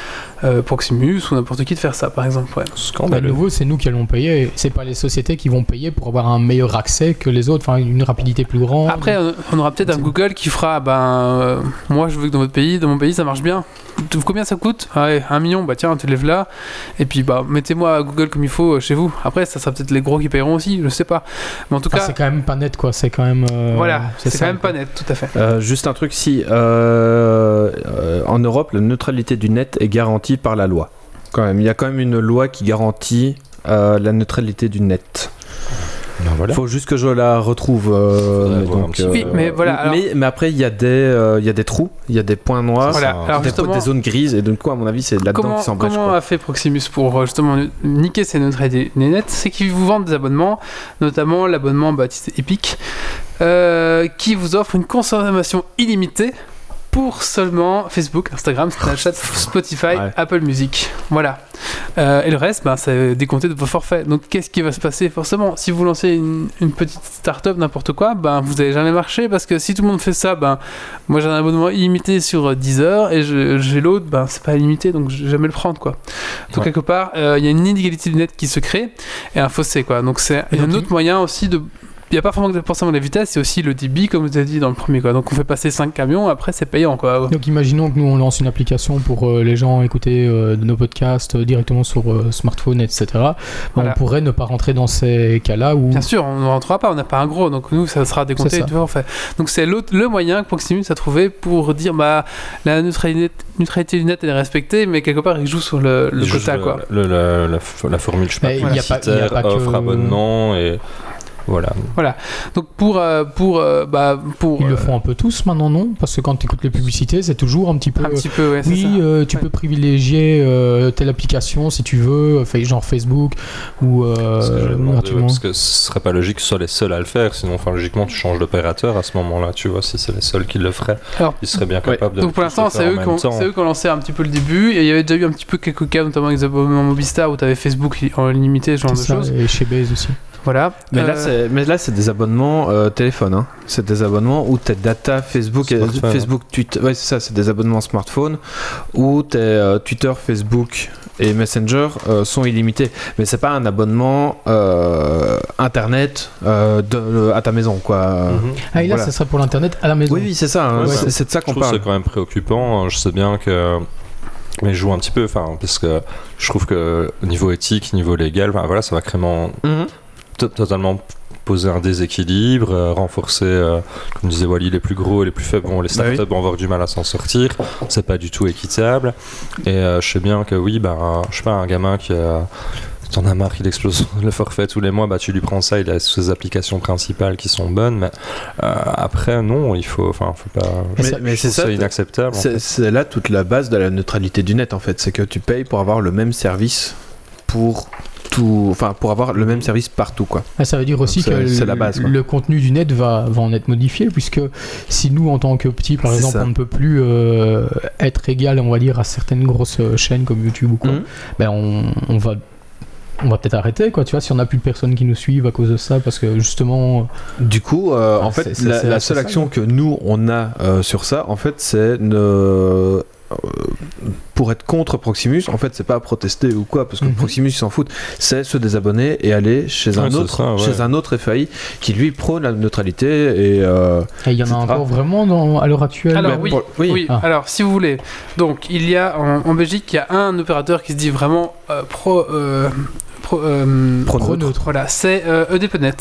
euh, Proximus ou n'importe qui de faire ça, par exemple. ouais.
Bah, De
Scandaleux.
nouveau, c'est nous qui allons payer. et C'est pas les sociétés qui vont payer pour avoir un meilleur accès que les autres, enfin une rapidité plus grande.
Après, on- on aura peut-être un Google qui fera, ben, euh, moi je veux que dans votre pays, dans mon pays, ça marche bien. Tout- Combien ça coûte Ah ouais, Un million, bah tiens, tu te lèves là, et puis bah mettez-moi Google comme il faut euh, chez vous. Après, ça sera peut-être les gros qui paieront aussi, je sais pas. Mais en tout
Enfin,
cas,
Ah, c'est quand même pas net, quoi. C'est quand même. euh,
voilà, c'est
ça.
quand même pas net, tout à fait.
Euh, juste un truc, si euh, euh, en Europe, la neutralité du net est garantie par la loi. Quand même, il y a quand même une loi qui garantit euh, la neutralité du net.
Ben voilà.
Faut juste que je la retrouve. euh,
Faudrait
mais
voir un
donc,
petit peu.
Oui, mais voilà, alors-
Mais, mais après, il y a des, euh, il y a des trous, il y a des points noirs,
Voilà,
ça-
alors
des,
justement,
des zones grises, et donc quoi, à mon avis, c'est là-dedans
comment,
qu'ils s'embêtent.
comment a fait Proximus pour euh, justement niquer ces neutralités net C'est qu'ils vous vendent des abonnements, notamment l'abonnement baptisé Epic, euh, qui vous offre une consommation illimitée pour seulement Facebook, Instagram, Snapchat, Spotify,
Oh, Ouais.
Apple Music. Voilà. Euh, et le reste, ben, c'est décompté de vos forfaits. Donc qu'est-ce qui va se passer forcément Si vous lancez une, une petite start-up, n'importe quoi, ben, vous n'allez jamais marcher parce que si tout le monde fait ça, ben, moi j'ai un abonnement illimité sur euh, Deezer et je- j'ai l'autre, ben, c'est pas illimité donc je vais jamais le prendre. quoi. Donc
Ouais.
quelque part, euh, il y a une inégalité du net qui se crée et un fossé. quoi. Donc c'est il y a
donc,
un autre moyen aussi de. Il n'y a pas forcément forcément la vitesse, c'est aussi le débit, comme vous avez dit dans le premier. Quoi. Donc on fait passer 5 camions, après c'est payant. quoi.
Donc imaginons que nous on lance une application pour euh, les gens écouter euh, nos podcasts euh, directement sur euh, smartphone, etc. Bah,
Voilà.
On pourrait ne pas rentrer dans ces cas-là où
Bien sûr, on ne rentrera pas, on n'a pas un gros, donc nous, ça sera décompté.
C'est ça.
tu vois, enfin. Donc c'est l'autre- le moyen que Proximus a trouvé pour dire bah, la neutralité, neutralité du net elle est respectée, mais quelque part, il joue sur le, le
Juste
quota.
le-
quoi.
le- la, la f- la formule, je sais pas,
Mais il y a pas- il y a
publicitaire,
pas que-
offre, abonnement et. Voilà.
Donc pour. euh, pour, euh, bah, pour
ils le
euh,
font un peu tous maintenant, non Parce que quand tu écoutes les publicités, c'est toujours un petit peu.
un petit peu, ouais, c'est
oui,
ça.
euh, tu
Ouais.
peux privilégier euh, telle application si tu veux, euh, fait- genre Facebook ou euh,
Parce que je me demandais, ouais,
gratuitement.
parce que ce serait pas logique que ce soit les seuls à le faire, sinon enfin, logiquement tu changes d'opérateur à ce moment-là, tu vois, si c'est les seuls qui le feraient,
Alors,
ils seraient bien capables de.
Donc pour
tous le
l'instant,
faire
c'est
en
eux, qui
même
ont-
temps.
c'est eux qui ont lancé un petit peu le début, et il y avait déjà eu un petit peu quelques cas, notamment avec les abonnements Mobistar, où tu avais Facebook en limité, ce genre de
C'est ça,
choses.
et chez Base aussi.
Voilà.
Mais
Euh,
là, c'est- mais là, c'est des abonnements euh, téléphone. hein. C'est des abonnements où tes data Facebook, et-
Smartphone.
Facebook, Twitter. Ouais, c'est ça, c'est des abonnements smartphone où tes euh, Twitter, Facebook et Messenger euh, sont illimités. Mais c'est pas un abonnement euh, internet euh, de- euh, à ta maison, quoi.
Mhm.
Ah, et là,
Voilà.
ça serait pour l'internet à la maison.
Oui, oui, c'est ça. hein,
Ouais,
c'est
ouais.
c'est de ça
Je
qu'on
trouve que c'est
parle.
quand même préoccupant. hein. Je sais bien que. Mais je joue un petit peu, enfin, parce que je trouve que niveau éthique, niveau légal, enfin, voilà, ça va vraiment
Mhm.
to- totalement poser un déséquilibre, euh, renforcer, euh, comme disait Wally, les plus gros et les plus faibles, bon, les
Bah oui.
startups vont avoir du mal à s'en sortir, c'est pas du tout équitable. Et euh, je sais bien que oui, ben, je sais pas, un gamin qui a- T'en as marre qu'il explose le forfait tous les mois, bah tu lui prends ça, il a ses applications principales qui sont bonnes, mais euh, après non, il faut, enfin faut pas.
Mais
Mais,
ça-
mais c'est ça.
C'est inacceptable. en
C'est c'est là toute la base de la neutralité du net en fait, c'est que tu payes pour avoir le même service pour tout, enfin pour avoir le même service partout quoi.
Ah, ça veut dire aussi
c'est-
que
c'est
le,
la base, quoi.
le contenu du net va, va en être modifié, puisque si nous, en tant que petits, par
C'est
exemple,
ça.
on ne peut plus euh, être égal, on va dire, à certaines grosses euh, chaînes comme YouTube ou quoi,
Mhm.
ben on, on va, on va peut-être arrêter, quoi, tu vois, si on n'a plus de personnes qui nous suivent à cause de ça, parce que justement,
Du coup, euh,
Ah,
en
c'est-
fait,
c'est-
la,
c'est-
la
c'est
seule
ça,
action que nous on a euh, sur ça, en fait, c'est ne euh, pour être contre Proximus, en fait, c'est pas protester ou quoi, parce que
Mhm.
Proximus ils s'en fout, c'est se désabonner et aller chez
Ouais,
un
c'est
autre,
ça, ouais.
chez un autre FAI qui lui prône la neutralité et euh,
et il y en a
C'est-
encore vraiment dans- à l'heure actuelle.
Alors,
bah,
oui,
pour-
Oui,
Ah.
alors si vous voulez, donc il y a en, en Belgique, il y a un opérateur qui se dit vraiment euh, pro. euh, pro, euh,
Pro neutre.
neutre, Voilà, c'est euh, EDPNet.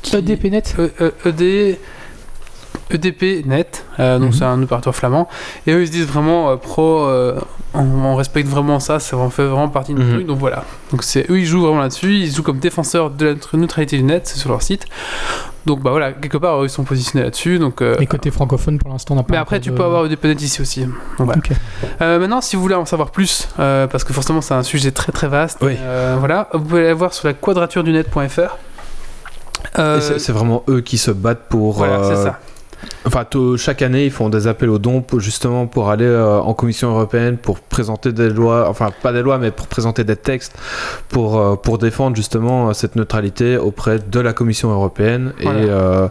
qui-
EDPNet
E- E- ED. EDP Net, euh, donc
Mhm.
c'est un opérateur flamand, et eux ils se disent vraiment euh, pro, euh, on, on respecte vraiment ça, ça en fait vraiment partie de notre
Mhm.
truc, donc voilà. Donc c'est eux ils jouent vraiment là-dessus, ils jouent comme défenseurs de la neutra- neutralité du net, c'est sur leur site. Donc bah voilà, quelque part eux, ils sont positionnés là-dessus, donc euh,
Et côté francophone, pour l'instant, on n'a pas
mais après,
encore
tu
de-
peux avoir des planètes ici aussi. Donc, voilà.
Ok.
Euh, maintenant, si vous voulez en savoir plus, euh, parce que forcément c'est un sujet très très vaste,
Oui.
euh, voilà, vous pouvez aller voir sur la quadrature du net.fr.
et c'est- c'est vraiment eux qui se battent pour
Euh, voilà, c'est
euh,
ça.
Enfin, tôt- chaque année, ils font des appels aux dons pour- justement pour aller euh, en Commission européenne, pour présenter des lois, enfin pas des lois, mais pour présenter des textes, pour, euh, pour défendre justement euh, cette neutralité auprès de la Commission européenne.
Voilà.
Et, euh,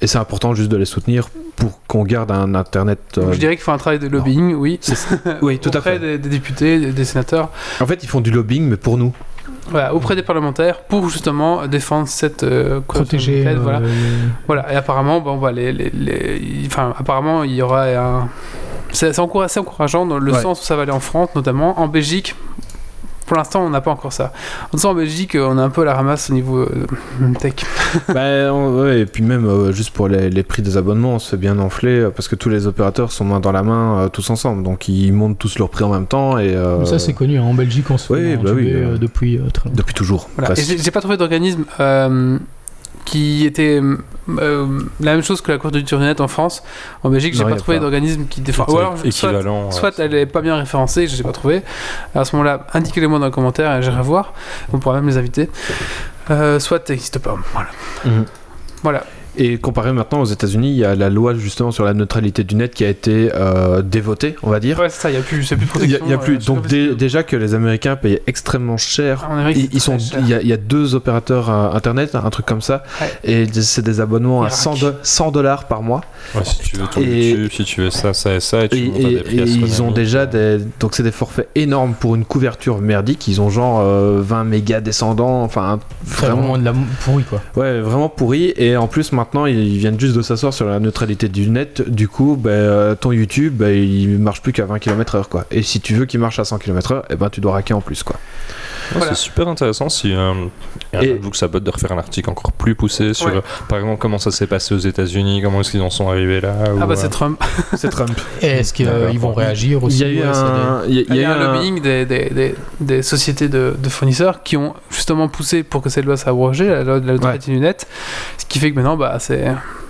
et c'est important juste de les soutenir pour qu'on garde un Internet. euh,
Donc, je dirais qu'il faut un travail de lobbying, oui.
oui, tout à
auprès
fait.
des, des députés, des, des sénateurs,
En fait, ils font du lobbying, mais pour nous.
voilà, auprès des parlementaires pour justement défendre cette euh, quadrature du
protéger.
net,
euh,
voilà.
le-
Voilà, et apparemment, bon, bah, les, les- les- enfin, apparemment, il y aura un. C'est c'est encore assez encourageant dans le
Ouais.
sens où ça va aller en France, notamment en Belgique. Pour l'instant, on n'a pas encore ça. En en Belgique, euh, on est un peu à la ramasse au niveau euh, tech.
Ben, on- ouais, et puis même euh, juste pour les, les prix des abonnements, on se fait bien enfler euh, parce que tous les opérateurs sont main dans la main euh, tous ensemble, donc ils montent tous leurs prix en même temps et euh,
Ça, c'est connu, hein, en Belgique, on se fait
oui, bah
entuber,
oui, euh,
euh, depuis euh, très longtemps.
depuis toujours.
Voilà. Et
presque.
j'ai j'ai pas trouvé d'organisme euh, qui était euh, la même chose que la Cour de net en France. En Belgique, j'ai
Non,
pas
y a
trouvé
pas.
d'organisme qui défend.
C'est
Ou alors, soit-
équivalent.
Soit
euh,
ouais,
elle est pas bien référencée, je ne l'ai pas trouvé. À ce moment-là, indiquez-le moi dans les commentaires et j'irai voir. On pourra même les inviter. Euh, soit elle n'existe pas. Voilà.
Mhm.
Voilà.
Et comparé maintenant aux États-Unis, il y a la loi justement sur la neutralité du net qui a été euh, dévotée, on va dire.
Ouais, c'est ça, il n'y a plus, c'est plus de
Il y a,
protection.
il y a plus.
euh, c'est
Donc
pas
dé-
possible.
déjà que les Américains payaient extrêmement cher.
Ah, en Amérique,
Ils, ils
c'est
sont,
très cher.
il y, a, il y a deux opérateurs euh, internet, un truc comme ça,
Ouais.
et d- c'est des abonnements à
Irak.
100, do- 100 dollars par mois.
Ouais, si tu veux ton
Et-
YouTube, si tu veux ça, ça et ça, et tu
Et,
montes à des
et-
prix
et ils ont
astronomiques.
déjà des, donc c'est des forfaits énormes pour une couverture merdique. Ils ont genre euh, 20 mégas descendants, enfin
C'est
vraiment
vraiment de la pourrie, quoi.
Ouais, vraiment pourri. Et en plus, maintenant, ils viennent juste de s'asseoir sur la neutralité du net. Du coup, bah, euh, ton YouTube, bah, il marche plus qu'à 20 km/h. quoi. Et si tu veux qu'il marche à 100 km/h, eh ben, tu dois raquer en plus. quoi.
Ouais,
Voilà.
Ah, C'est super intéressant si euh,
Et-
j'avoue que ça botte de refaire un article encore plus poussé sur
Ouais.
euh, par exemple comment ça s'est passé aux États-Unis, comment est-ce qu'ils en sont arrivés là. ou,
Ah bah
euh,
c'est Trump.
C'est Trump.
Et est-ce qu'ils euh,
D'accord.
vont réagir
Il
aussi
y a eu
ouais, c'est
un. Il y a-
Il y a,
eu
un lobbying des, des, des, des sociétés de, de fournisseurs qui ont justement poussé pour que cette loi soit abrogée, la loi de la neutralité du net. Ce qui fait que maintenant, bah, c'est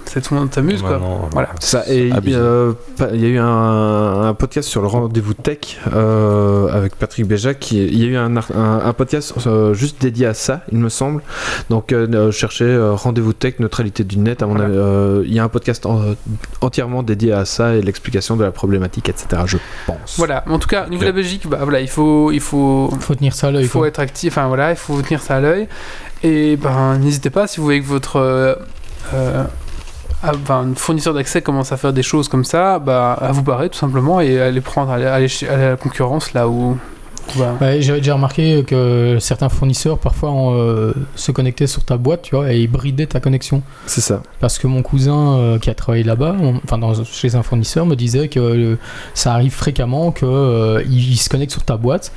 c'est tout le monde s'amuse quoi.
Maintenant, euh,
Voilà.
C'est ça. Et il
Abusé.
euh, pa- il y a eu un, un podcast sur le rendez-vous tech euh, avec Patrick Béja. Qui, il y a eu un, ar- un- un podcast euh, juste dédié à ça, il me semble. Donc, euh, euh, cherchez euh, rendez-vous tech, neutralité du net. À mon avis, euh, il y a un podcast en- entièrement dédié à ça et l'explication de la problématique, etc. Je pense.
Voilà. En tout cas, au niveau de
Ok.
la Belgique, bah voilà, il faut, il faut,
Faut tenir ça à l'œil.
il faut
quoi.
être actif. Enfin voilà, il faut tenir ça à l'œil. Et ben n'hésitez pas si vous voyez que votre euh, euh, ah, ben, fournisseur d'accès commence à faire des choses comme ça, bah, à vous barrer tout simplement et à les prendre, à aller, à aller chez- à la concurrence là où. bah,
Ouais, J'avais déjà remarqué que certains fournisseurs parfois euh, se connectaient sur ta boîte, tu vois, et ils bridaient ta connexion.
C'est ça.
Parce que mon cousin euh, qui a travaillé là-bas, on- enfin dans- chez un fournisseur, me disait que euh, ça arrive fréquemment que euh, il, il se connecte sur ta boîte,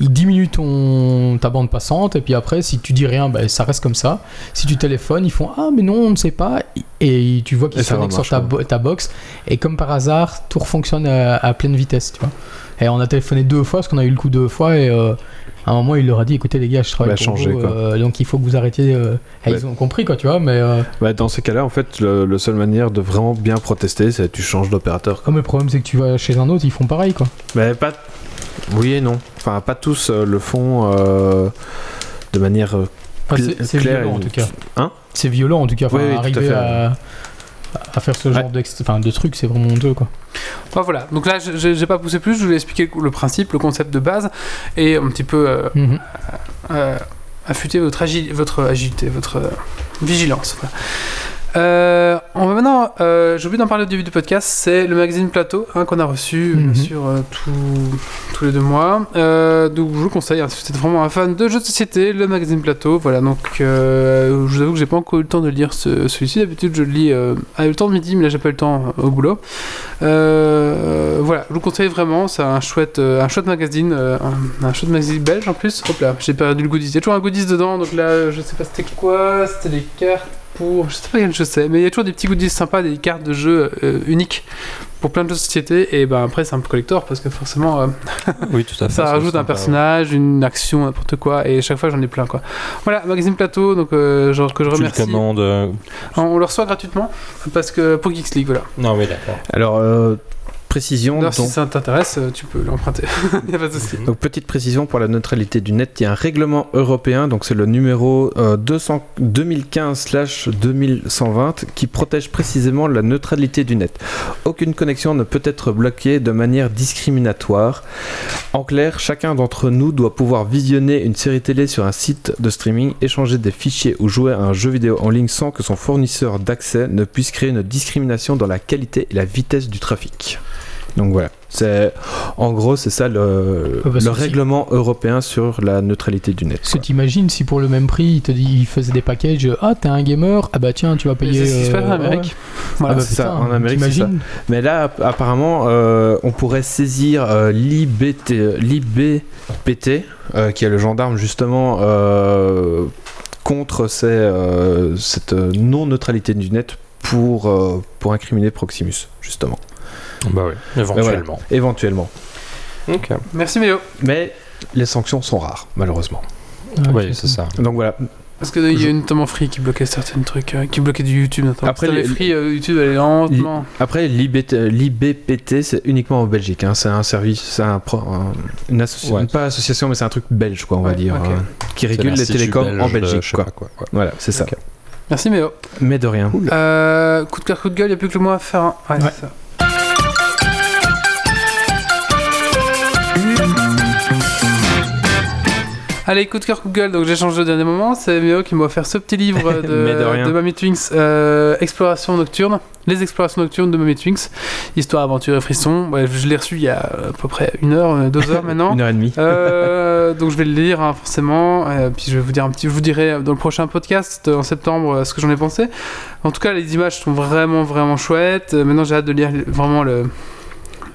il diminue ton ta bande passante et puis après si tu dis rien, bah, ça reste comme ça. Si tu téléphones, ils font ah mais non on ne sait pas et tu vois
Et
qu'ils se
ça
connectent sur
remarche,
ta,
ouais.
bo- ta box et comme par hasard tout fonctionne à, à pleine vitesse, tu vois. Et on a téléphoné deux fois parce qu'on a eu le coup deux fois et euh, à un moment il leur a dit écoutez les gars je travaille
Bah,
pour
changez,
vous,
quoi. Bah,
euh, donc il faut que vous arrêtiez. euh. Et
Ouais.
Ils ont compris quoi tu vois mais euh,
Bah, dans ces cas-là, en fait, le, la seule manière de vraiment bien protester, c'est tu changes d'opérateur.
Comme Ah, le problème, c'est que tu vas chez un autre, ils font pareil, quoi.
Mais pas. Oui et non. Enfin, pas tous euh, le font euh, de manière. euh,
Enfin, c'est- c'est
Claire,
violent, en
il-
tout cas.
Hein
C'est violent, en tout cas. Enfin,
Oui, oui, tout à
arriver
fait.
à, à faire ce genre d'ex- enfin, de trucs, c'est vraiment honteux, quoi.
Enfin, voilà, donc là je- je- j'ai pas poussé plus, je vous ai expliqué le principe, le concept de base et un petit peu euh,
Mhm.
euh, affûter votre, agi- votre agilité, votre euh, vigilance. voilà. Euh, on va maintenant, euh, j'ai oublié d'en parler au début du podcast, c'est le magazine Plateau hein, qu'on a reçu bien
Mhm.
sûr euh, tout- tous les deux mois. Euh, donc je vous le conseille, hein, si vous êtes vraiment un fan de jeux de société, le magazine Plateau. Voilà, donc euh, je vous avoue que j'ai pas encore eu le temps de lire ce- celui-ci. D'habitude je le lis euh, à le temps de midi, mais là j'ai pas eu le temps euh, au boulot. Euh, voilà, je vous conseille vraiment, c'est un chouette, euh, un chouette magazine, euh, un, un chouette magazine belge en plus. Hop là, j'ai perdu le goodies. Il y a toujours un goodies dedans, donc là, euh, je sais pas c'était quoi, c'était des cartes pour, je sais pas quel jeu c'est, mais il y a toujours des petits goodies sympas, des cartes de jeux euh, uniques pour plein de jeux de société. Et ben après, c'est un peu collector parce que forcément, euh,
Oui, tout à fait.
ça
c'est
rajoute un
sympa,
personnage, une action, n'importe quoi. Et chaque fois, j'en ai plein quoi. Voilà, magazine plateau, donc euh, genre que je
ouais. Tu le
remercie.
commandes. euh,
On le reçoit gratuitement parce que pour Geeks League, voilà.
Non, mais d'accord.
Alors, euh, précision.
D'ailleurs, si
donc-
ça t'intéresse, euh, tu peux l'emprunter. Il y a pas de souci.
Donc petite précision pour la neutralité du net, il y a un règlement européen, donc c'est le numéro euh, 200 2015/2120 qui protège précisément la neutralité du net. Aucune connexion ne peut être bloquée de manière discriminatoire. En clair, chacun d'entre nous doit pouvoir visionner une série télé sur un site de streaming, échanger des fichiers ou jouer à un jeu vidéo en ligne sans que son fournisseur d'accès ne puisse créer une discrimination dans la qualité et la vitesse du trafic. Donc voilà, c'est en gros, c'est ça le,
Ouais, parce
le
que si-
règlement européen sur la neutralité du net.
Parce que
quoi.
t'imagines si pour le même prix, ils te dit, ils faisaient des packages, euh, ah, t'es un gamer, ah bah tiens, tu vas
Mais
payer.
c'est ce qui se
euh,
passe en
ouais.
Amérique.
Voilà,
Ah bah
c'est ça,
putain,
en Amérique, c'est
t'imagines
Mais là, app- apparemment, euh, on pourrait saisir euh, l'IBT, l'IBPT, euh, qui est le gendarme justement euh, contre ces, euh, cette euh, non-neutralité du net pour, euh, pour incriminer Proximus, justement,
Bah oui, éventuellement.
éventuellement.
Ok.
Merci Méo.
Mais les sanctions sont rares, malheureusement.
Ouais,
Oui,
tu
c'est
sais.
ça.
Donc voilà,
Parce qu'il y a eu notamment Free qui bloquait certains trucs, euh, qui bloquait du YouTube notamment.
Après,
Après les
les-
Free, euh, YouTube allait lentement.
Après, l'IBT l'IBPT, c'est uniquement en Belgique. hein. C'est un service, c'est un, pro- un- une association,
Ouais.
pas association, mais c'est un truc belge, quoi, on va
Ouais,
dire,
ok.
hein, qui régule les
l'Institut
télécoms en
belge de je
Belgique,
sais
quoi.
pas quoi. ouais.
Voilà, c'est ça.
Ok.
Merci Méo.
Mais de rien.
Euh, coup de cœur, coup de gueule, il n'y a plus que le mois à faire. hein. Ouais,
Ouais.
c'est ça. Allez, coup de cœur, coup de gueule, donc j'échange au dernier moment. C'est Méo qui m'a offert ce petit livre de,
Mais de rien.
de Mamie Twinks, euh, Exploration nocturne, les explorations nocturnes de Mamie Twinks, histoire, aventure et frissons. Ouais, je l'ai reçu il y a à peu près une heure, euh, deux heures maintenant.
Une heure et demie.
Euh, donc je vais le lire hein, forcément, euh, puis je vais vous dire un petit, je vous dirai euh, dans le prochain podcast euh, en septembre euh, ce que j'en ai pensé. En tout cas, les images sont vraiment vraiment chouettes. Euh, maintenant, j'ai hâte de lire vraiment le,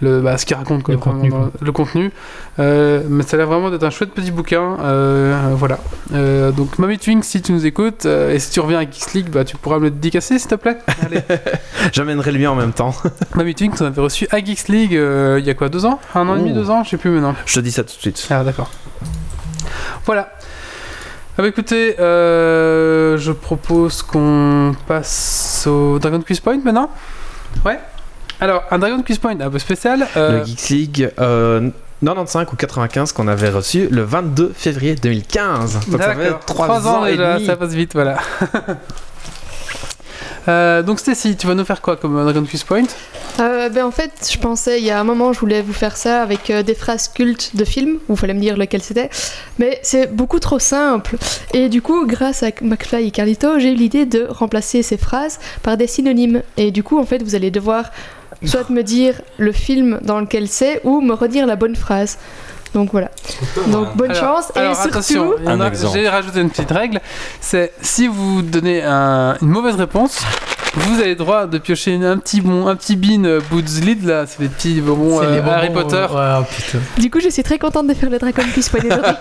le bah, ce qu'il raconte, quoi,
Le
vraiment
contenu,
dans- le contenu. Euh, mais ça a l'air vraiment d'être un chouette petit bouquin. Euh, voilà. Euh, donc Mamie Twink, si tu nous écoutes euh, et si tu reviens à Geeks League, bah tu pourras me le dédicacer s'il te plaît. Allez.
J'amènerai le bien en même temps.
Mamie Twink, on avait reçu à Geeks League euh, il y a quoi deux ans,
Oh.
un an et demi,
Ouh.
deux ans, je sais plus maintenant.
Je te dis ça tout de suite.
Ah d'accord. Voilà. Ah bah écoutez, euh, je propose qu'on passe au Dragon Quiz Point maintenant. Ouais. Alors, un Dragon Quiz Point un peu spécial. euh,
Le Geeks League euh, 95 ou 95 qu'on avait reçu le 22 février 2015. Donc ça fait
D'accord.
3,
Trois
ans, et
déjà,
demi.
ça passe vite, voilà. Euh, donc Stacy, tu vas nous faire quoi comme euh, Dragon Quiz Point
Euh, ben, en fait, je pensais, il y a un moment, je voulais vous faire ça avec euh, des phrases cultes de films. Vous fallait me dire lequel c'était. Mais c'est beaucoup trop simple. Et du coup, grâce à McFly et Carlito, j'ai eu l'idée de remplacer ces phrases par des synonymes. Et du coup, en fait, vous allez devoir soit me dire le film dans lequel c'est ou me redire la bonne phrase. Donc voilà. Donc bonne
Alors-
chance.
alors,
et surtout.
attention, il y en
Un
a-
exemple.
j'ai rajouté une petite règle, c'est si vous donnez un- une mauvaise réponse, vous avez le droit de piocher une- un petit bon, un petit bin euh, Bootslid là, c'est des petits bonbons
C'est
euh,
les bonbons,
Harry Potter.
euh, ouais, oh, putain.
Du coup, je suis très contente de faire le Dragon Quest Point aujourd'hui.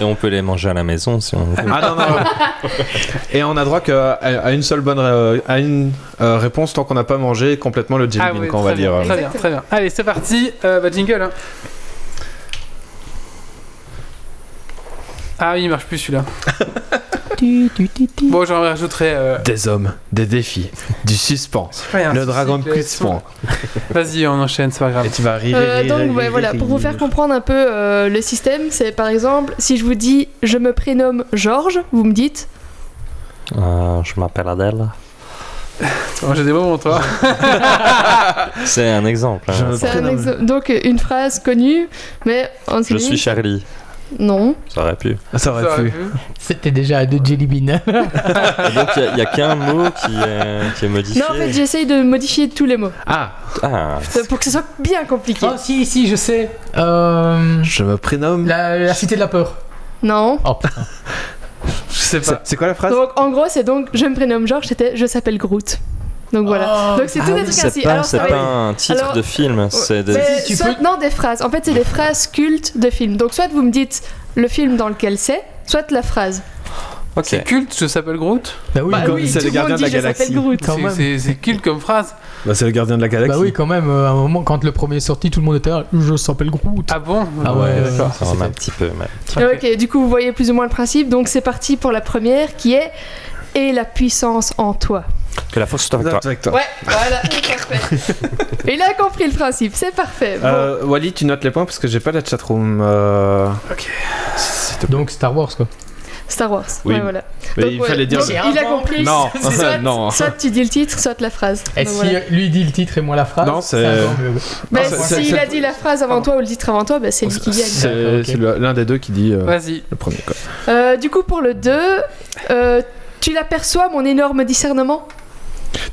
Et on peut les manger à la maison si on veut.
Ah non, non, non. Et on a droit qu'à à une seule bonne euh, à une euh, réponse tant qu'on n'a pas mangé complètement le jelly
Ah
bean,
ouais,
qu'on
très
va hein.
bien,
dire.
Très bien, très bien. Allez, c'est parti. Euh, bah, jingle. hein. Ah oui, il marche plus celui-là.
Tu, tu, tu, tu.
Bon, j'en rajouterai. euh,
Des hommes, des défis, du suspens.
ouais, un
Le
souci
dragon de
avec les sons.
Crispon.
Vas-y, on enchaîne, c'est pas grave.
Et tu vas rire.
Euh,
rire,
donc
rire,
ouais,
rire,
voilà, pour vous
rire.
faire comprendre un peu euh, le système, c'est par exemple, si je vous dis je me prénomme Georges, vous me dites
Euh, je m'appelle Adèle.
Oh, J'ai des moments, toi.
C'est un exemple. hein.
Je me
c'est un
prénomme-
exo- donc euh, une phrase connue, mais en
Je suis Charlie.
non.
Ça aurait pu.
Ça
Ça aurait
aurait pu.
pu.
C'était déjà à deux Jelly Bean.
Et donc, il n'y a, qu'un mot qui est, qui est modifié.
Non, en fait, j'essaye de modifier tous les mots
Ah,
Ah,
euh, pour que ce soit bien compliqué.
oh si si, je sais. Euh,
je me prénomme.
la, la cité de la peur.
Non.
Oh putain.
Je sais
C'est-
pas.
C'est quoi la phrase
Donc en gros, c'est donc je me prénomme Georges, c'était je s'appelle Groot. Donc voilà.
Oh,
donc c'est
Ah
tout
oui,
des trucs
c'est
ainsi.
pas,
Alors,
c'est
ça va
pas
être-
un titre
Alors,
de film, c'est des...
Mais
Si, tu
soit-
peux-
Non, des phrases. En fait, c'est des phrases cultes de films. Donc soit vous me dites le film dans lequel c'est, soit la phrase.
Ok.
C'est culte, je s'appelle Groot.
Bah oui,
Bah
quand,
oui. c'est
tout
le gardien
monde dit
de la
je s'appelle
galaxie.
Groot.
Quand
C'est-
même.
c'est- C'est culte comme phrase.
Bah, C'est le gardien de la
bah
galaxie.
oui, quand même. euh, à un moment, quand le premier est sorti, tout le monde était là. Je s'appelle Groot.
Ah bon
Ah ouais, ouais,
d'accord.
Ça remet euh, un petit peu. mais-
Ok, du coup, vous voyez plus ou moins le principe. Donc, c'est parti pour la première qui est Et la puissance en toi.
Que la force soit avec toi.
Avec toi.
Ouais, voilà, parfait. Il a compris le principe, c'est parfait. Bon.
Euh, Wally, tu notes les points parce que j'ai pas la chatroom. euh,
Donc Star Wars quoi.
Star Wars.
oui.
ouais, voilà.
Mais
Donc,
il
ouais,
fallait dire.
donc, il a compris.
Non,
soit,
non.
soit tu dis le titre, soit la phrase.
Et
Donc,
si
voilà.
euh, lui dit le titre et moi la phrase
Non, c'est-
un peu-
Mais
c'est- c'est-
s'il
c'est-
a dit la phrase avant toi ou le titre avant toi, bah, c'est lui qui gagne.
C'est
Ok.
c'est le- l'un des deux qui dit euh,
Vas-y.
le premier. Quoi.
Euh, du coup, pour le 2, tu l'aperçois, mon énorme discernement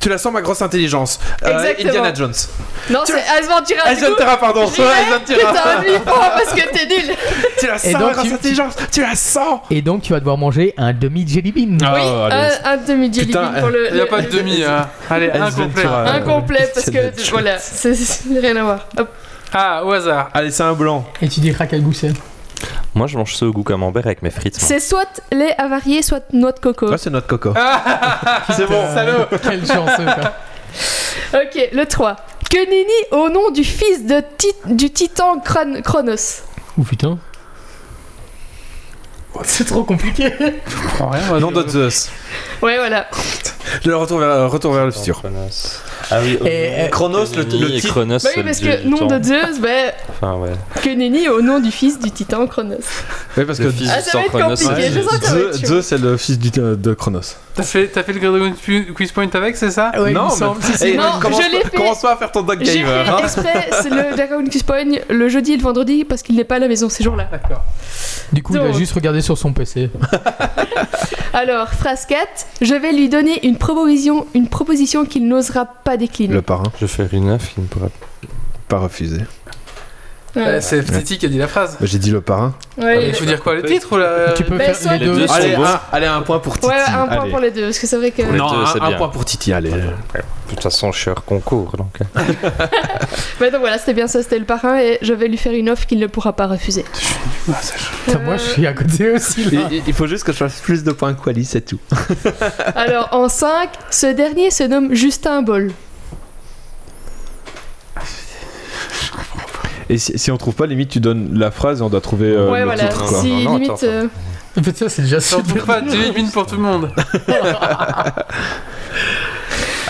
Tu la sens ma grosse intelligence. Euh,
Exactement.
Indiana Jones.
Non,
Tu-
c'est Asventura. du coup.
Terra, pardon.
J'y vais. Putain, oublie pas parce que t'es nul.
Tu la
Et
sens
donc,
ma grosse
tu-
intelligence. Tu la sens.
Et donc tu vas devoir manger un demi Jelly Bean.
Ah.
Ah,
oui, euh, un, un demi jelly
Putain,
bean pour le.
Il n'y a
le-
pas de
le-
demi. hein. Allez, un
Ace
complet.
Ventura.
Incomplet parce
C'est
que voilà, c'est c'est rien à voir. Hop.
Ah, au hasard.
Allez, c'est un blanc.
Et tu dis quel goût c'est
Moi, je mange ça au goût camembert avec mes frites. moi.
C'est soit lait avarié, soit noix de coco.
Là, c'est notre coco. c'est
Euh,
bon.
Quel chanceux quoi.
Ok, le 3. Que nenni au nom du fils de Ti- du titan Chron- Chronos.
Ou putain. C'est trop compliqué.
Je comprends rien, moi,
Nom
je-
de Zeus.
Ouais, voilà. Bah
Le retour vers, euh, retour vers le futur.
Chronos. Ah oui,
Et, euh,
Chronos, le,
Denis
le
et
titre.
Chronos,
Bah
c'est
oui,
le
parce
dieu
que
du
nom
temps.
de Zeus, bah,
Enfin, ouais.
que nenni au nom du fils du titan Chronos.
Oui, parce
Le
que
fils
Ah, ça va
sans
être
Chronos,
compliqué,
c'est
je
le
sens
dieu
que ça va être
Zeus,
chaud.
Zeus, c'est le fils du- de Chronos.
T'as fait, t'as fait le Dragon Quiz Point avec, c'est ça
Ouais, il me
mais-
semble. Si, si.
Eh,
Non,
commence,
je l'ai
pas-
fait.
commence pas à faire ton dog
J'ai
gamer.
fait
hein.
exprès c'est le Dragon qui Point le jeudi et le vendredi parce qu'il n'est pas à la maison ces jours-là.
D'accord.
Du coup, il a
Donc.
juste regardé sur son PC.
Alors, phrase 4, je vais lui donner une proposition, une proposition qu'il n'osera pas décliner.
Le parrain,
Je vais faire une œuf qui ne pourra pas.
pas refusé. Bah,
Ouais.
Euh, c'est Titi qui a dit la phrase.
J'ai dit le parrain.
Ouais,
Il Ah, faut dire quoi Le titre ou la.
tu peux
mais soit-
faire les
Les
deux.
deux sont
Allez,
bons.
un, allez, un point pour Titi.
Ouais, un point
allez.
pour les deux, parce que c'est vrai que...
les
Non,
deux,
un,
c'est
un
bien.
point pour euh, Titi, allez.
De toute façon, je suis hors concours. Donc. hein.
Mais donc voilà, c'était bien ça, c'était le parrain, et je vais lui faire une offre qu'il ne pourra pas refuser.
Ah,
Putain, Moi, je suis à côté aussi. là.
Il, il faut juste que je fasse plus de points que Wally, c'est tout.
Alors, en 5, ce dernier se nomme Justin Ball.
Et si, si on trouve pas, limite, tu donnes la phrase et on doit trouver euh,
ouais,
le
voilà,
titre, quoi.
si
Non,
euh,
non,
limite...
hein.
attends, attends.
euh,
Mais ça, c'est déjà super.
Surtout pas, tu
dur.
élimines pour tout le monde.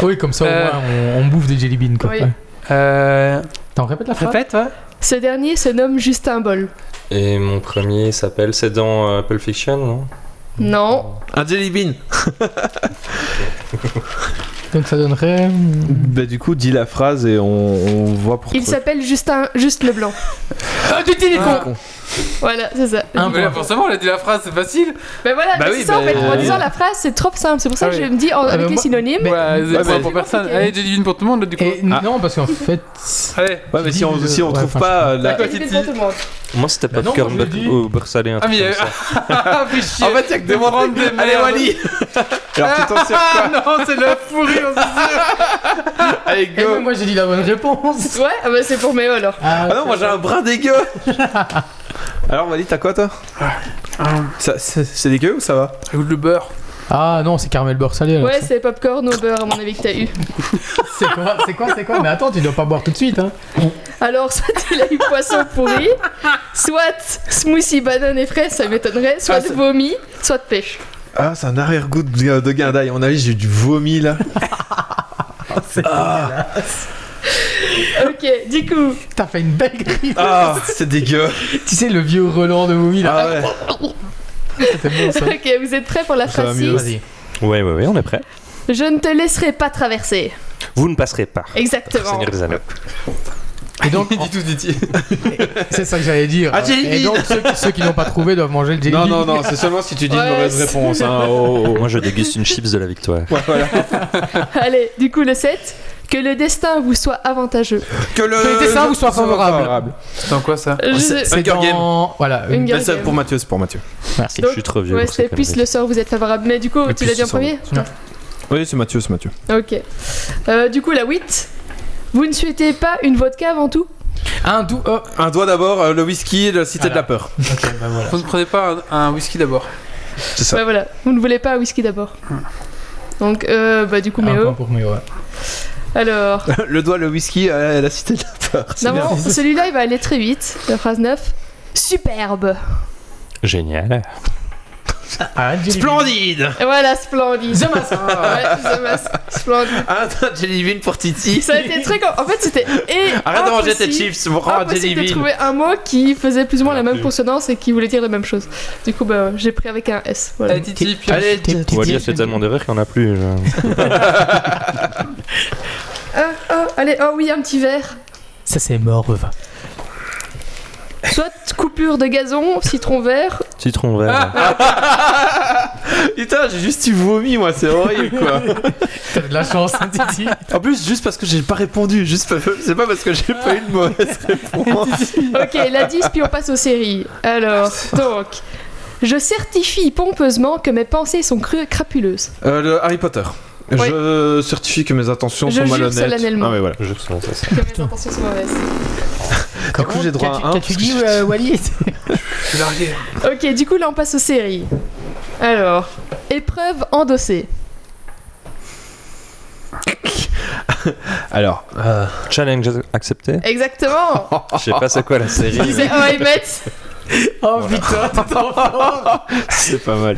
Oui, comme ça, au
Euh.
moins, on, on bouffe des jelly beans, quoi.
Oui.
Ouais.
Euh,
T'en répètes la phrase
répète, ouais.
Ce dernier se nomme Justin Bol.
Et mon premier s'appelle. C'est dans euh, Pulp Fiction, non
Non.
Un jelly bean
Donc ça donnerait. hmm,
Bah, du coup, dis la phrase et on, on voit pour
Il s'appelle Justin Juste Leblanc.
Ah, tu t'es con
Voilà, c'est ça.
Un
Mais
point.
là, forcément, elle a dit la phrase, c'est facile.
Mais voilà,
Bah
mais
oui,
c'est ça en
bah,
fait. En
euh,
disant la phrase, c'est trop simple. C'est pour ça
Ah
que
oui.
je me dis en-
Ah,
avec
bah,
les
moi-
synonymes.
Mais-
ouais,
ouais,
c'est
mais-
point pour personne.
compliqué.
Allez, j'élimine pour tout le monde, là, du coup.
Et
Ah.
non, parce qu'en fait.
Allez.
Ouais, mais si on,
Dis-le.
si on
Ouais,
trouve
enfin,
pas euh,
Bah,
la.
D'accord.
il fait pour tout le monde.
Moi, c'était
Bah non,
popcorn
moi, je l'ai
beurre-
dit.
au beurre salé, un
Ah,
truc
mais il y a
comme
eu.
ça.
Ah, fais chier.
En fait, y'a que des
Demande
mots.
des
Allez,
merdes.
Wally Alors, tu t'en sers
Ah
quoi
non, c'est le pourri, on se
Allez, go
moi, j'ai dit la bonne réponse.
Ouais, ah bah, c'est pour Méo alors.
Ah,
Ah non, moi j'ai un brin dégueu Alors, Wally, t'as quoi toi Ça- C'est c'est dégueu ou ça va
Ça goûte le Ah. beurre.
Ah non, c'est caramel beurre salé. alors,
Ouais,
ça.
c'est popcorn au beurre, à mon avis, que t'as eu.
c'est quoi, c'est quoi, c'est quoi Mais attends, tu dois pas boire tout de suite. Hein.
Alors, soit il a eu poisson pourri, soit smoothie banane et fraise, ça m'étonnerait, soit
Ah, c'est-
vomi, soit pêche.
Ah, c'est un arrière-goût de, de guindaille. On a vu, j'ai eu du vomi là.
Ok, du coup,
T'as fait une belle grille.
Ah, c'est dégueu.
Tu sais, le vieux Roland de Movie là.
Ah ouais.
C'était bon ça.
ok, vous êtes prêts pour la
Ça va
phrase
mieux.
six
Vas-y.
Ouais, ouais, ouais, on est prêt.
Je ne te laisserai pas traverser.
Vous ne passerez pas.
Exactement.
Seigneur des Anneaux.
Et donc,
Dis tout, dis tout.
c'est ça que j'allais dire.
Ah, jelly
Et
bean.
donc, ceux qui, ceux qui n'ont pas trouvé doivent manger le jelly
Non,
bean.
non, non, c'est seulement si tu dis
Ouais,
une mauvaise
c'est-
réponse. Hein. Oh, oh,
Moi, je déguste une chips de la victoire.
oh. Ouais, voilà.
Allez, du coup, le 7. Que le destin vous soit avantageux.
Que le,
Que le dessin vous soit favorable.
C'est en quoi ça
Oh,
Je-
C'est
Hunger
dans... Voilà. euh,
Une
Mais
gueule
Ben, ça,
game.
pour Mathieu, c'est pour Mathieu.
Merci.
Donc,
je suis trop vieux.
Ouais,
pour ces
c'est plus
conneries.
le sort, vous êtes favorable. Mais du coup,
Le
tu l'as
plus
dit en
le sort.
premier
Oui, c'est Mathieu, c'est Mathieu.
Ok. Euh, du coup, la 8. Vous ne souhaitez pas une vodka avant tout
Un doux. oh,
Un doigt d'abord, euh, le whisky, la cité
Voilà.
de la peur.
Ok, bah voilà.
Vous ne prenez pas un, un whisky d'abord.
C'est ça.
Ouais, voilà. Vous ne voulez pas un whisky d'abord.
Hmm.
Donc, euh, bah, du coup,
Un point
Méo.
pour Méo. ouais.
Alors,
le doigt, le whisky, euh, la cité de la peur. C'est bien.
non, celui-là, il va aller très vite. La phrase 9. Superbe.
Génial.
Ah, jelly bean.
Splendide
Et voilà, splendide.
The Mask.
Ouais, The Mask, splendide.
Un doigt de Ah, jelly bean pour Titi.
Ça a été très. com- En fait, c'était. et
Arrête de manger tes
impossible-
chips, prends un jelly
Impossible de
bean.
trouver un mot qui faisait plus ou moins la même consonance et qui voulait dire la même chose. Du coup, bah, j'ai pris avec un S. Voilà.
Allez, Titi, puis-
Allez,
Titi,
On va
Titi.
dire c'est tellement d'erreurs qu'il n'y en a plus. je-
Ah, oh, allez, oh oui, un petit verre.
Ça, c'est mort, va.
Soit coupure de gazon, citron vert.
Citron vert.
Putain, j'ai juste eu vomi, moi, c'est horrible quoi.
T'as de la chance, hein, Titi.
En plus, juste parce que j'ai pas répondu, juste pas- c'est pas parce que j'ai pas eu de mauvaise réponse.
Ok, la 10, puis on passe aux séries. Alors, donc. Je certifie pompeusement que mes pensées sont crues crapuleuses.
Euh, le Harry Potter. Je certifie que mes intentions
Je
sont
jure
malhonnêtes.
solennellement.
Ah, mais voilà.
Je sens ça.
Que mes intentions sont mauvaises.
Du coup, j'ai droit à un,
Qu'as-tu
parce
dit,
que
euh, Wally
Je suis largué.
Ok, du coup, là, on passe aux séries. Alors, épreuve endossée.
Alors,
Challenge accepté.
Exactement
Je sais pas c'est quoi la série.
C'est oh, Emmett.
Oh putain, t'es en forme.
c'est pas mal.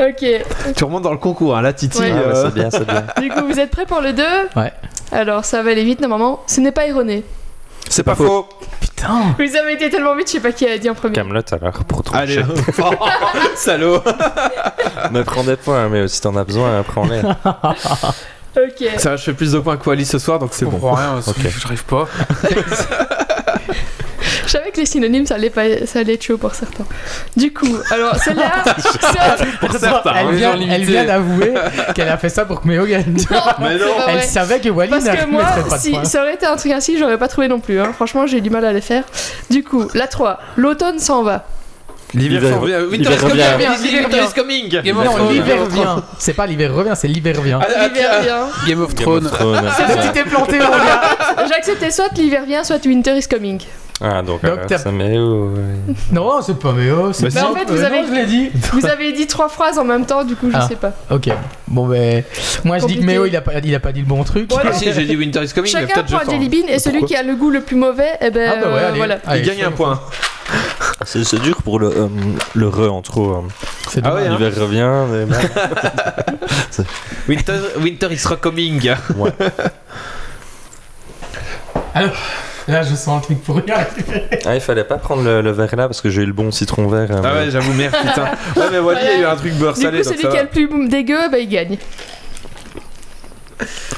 Ok,
tu remontes dans le concours, hein, la Titi.
Ouais.
Ah,
euh,
bah, c'est bien, c'est bien.
du coup, vous êtes prêts pour le 2
Ouais.
Alors, ça va aller vite normalement. Ce n'est pas erroné.
C'est pas faux.
Putain.
Vous avez été tellement vite, je sais pas qui a dit en premier.
Camelot alors pour
Allez, Oh,
trancher.
salaud.
Ne prends des points, mais si t'en as besoin, hein, prends-les.
Ok.
Ça, je fais plus de points que Wally ce soir, donc c'est
Je
bon.
comprends rien, parce
Ok.
que j'arrive pas.
Je savais que les synonymes, ça allait, pas... ça allait être chaud pour certains. Du coup, alors celle-là. c'est-
Pour
on
elle
est
vient,
genre limité.
elle vient d'avouer qu'elle a fait ça pour que Méo gagne.
Mais
c'est
non.
pas
Elle
vrai.
savait que Wally
Parce que
n'a-
moi,
mettrait pas de
si
points.
ça aurait été un truc ainsi, j'aurais pas trouvé non plus. hein. Franchement, j'ai eu du mal à les faire. Du coup, la 3. L'automne s'en va.
L'hiver
L'hiver
s'en
Euh,
vient.
revient. L'hiver revient.
L'hiver is coming.
Game of
Non,
Thrones.
l'hiver revient. Oh, C'est pas l'hiver revient, c'est l'hiver revient.
Ah,
Ah,
L'hiver
Game
vient.
of
Game of
Thrones.
Thrones.
Tu t'es planté, mon gars.
J'acceptais soit l'hiver vient, soit winter is coming.
Ah, donc,
Donc,
alors,
t'as-
ça met où ouais.
Non, c'est pas Méo. c'est
Mais
pas-
Bah, en fait, vous
Euh, non,
avez-
je l'ai dit.
Vous avez dit trois phrases en même temps, du coup, je
Ah.
sais pas.
Ok. Bon, ben. Moi, je dis que
Compliqué.
Méo, il a pas il a pas dit le bon truc.
Bon, alors,
Ah, Si, j'ai dit Winter is coming, mais
Chacun
peut-être je
prend un
sens.
jelly bean et celui
Pourquoi
qui a le goût le plus mauvais, eh ben
Ah bah ouais,
euh,
allez.
voilà.
Allez,
Il gagne
je-
un point.
C'est c'est dur pour le, euh, le re en trop. hein.
C'est
Ah
dommage.
ouais, hein.
L'hiver revient. mais bon.
Winter, Winter is coming.
Là, je sens un truc pour rien.
Ah, il fallait pas prendre le, le verre là parce que j'ai eu le bon citron vert. hein,
Ah ouais, j'avoue, merde, putain. Ouais, mais Wally, il y a eu un truc beurre
Du
salé.
coup,
donc
celui
ça
qui a
va.
le plus dégueu, bah il gagne.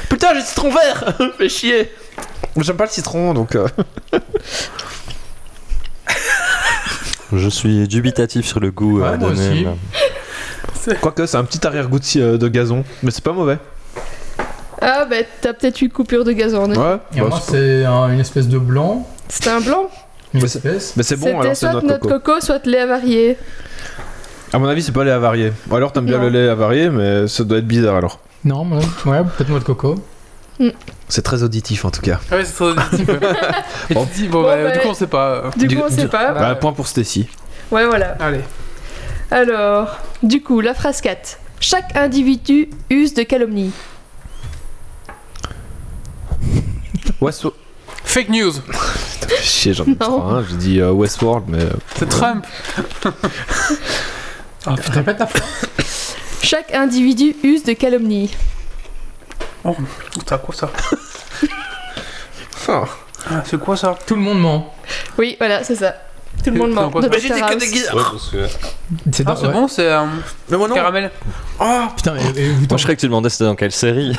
Putain, j'ai le citron vert Fais chier J'aime pas le citron, donc... euh,
Je suis dubitatif sur le goût
Ouais,
euh,
moi aussi.
donné, mais-
Quoique, c'est un petit arrière-goût de, euh, de gazon. Mais c'est pas mauvais.
Ah bah t'as peut-être eu coupure de gazon.
Ouais. bah,
Et moi,
c'est-
c'est un- une espèce de blanc.
C'était un blanc.
Une
Bah,
espèce.
mais c'est bon,
C'était
alors c'est
soit
notre
notre
coco.
coco, soit lait avarié.
À mon avis, c'est pas lait avarié. Ou alors t'aimes bien
Non.
le lait avarié, mais ça doit être bizarre alors.
Non, mais- ouais, peut-être noix de coco.
C'est très auditif en tout cas.
Ah ouais, c'est trop auditif. ouais. Et
Bon.
tu te dis, bon,
Bon,
bah,
bah,
du coup, on sait pas. euh.
Du,
Du-
coup, on
du-
sait pas.
Bah, point pour Stacy.
Ouais, voilà.
Allez.
Alors, du coup, la phrase 4. Chaque individu use de calomnie.
Westworld.
Fake news.
Fais chier, j'en ai trop, hein. J'ai dit euh, Westworld, mais.
C'est Trump.
Ah, putain, répète la phrase.
Chaque individu use de calomnie.
C'est quoi ça
Oh.
Ah, C'est quoi ça
Tout le monde ment.
Oui, voilà, c'est ça. Tout le
Et
monde
c'est
ment.
en quoi
de
ça
Dr. House.
Ouais, parce que-
C'est
Ah,
dans-
c'est
ouais.
bon, c'est euh,
Mais moi
caramel.
Oh
Putain, mais et vous
Moi, je croyais que tu demandais c'était dans quelle série.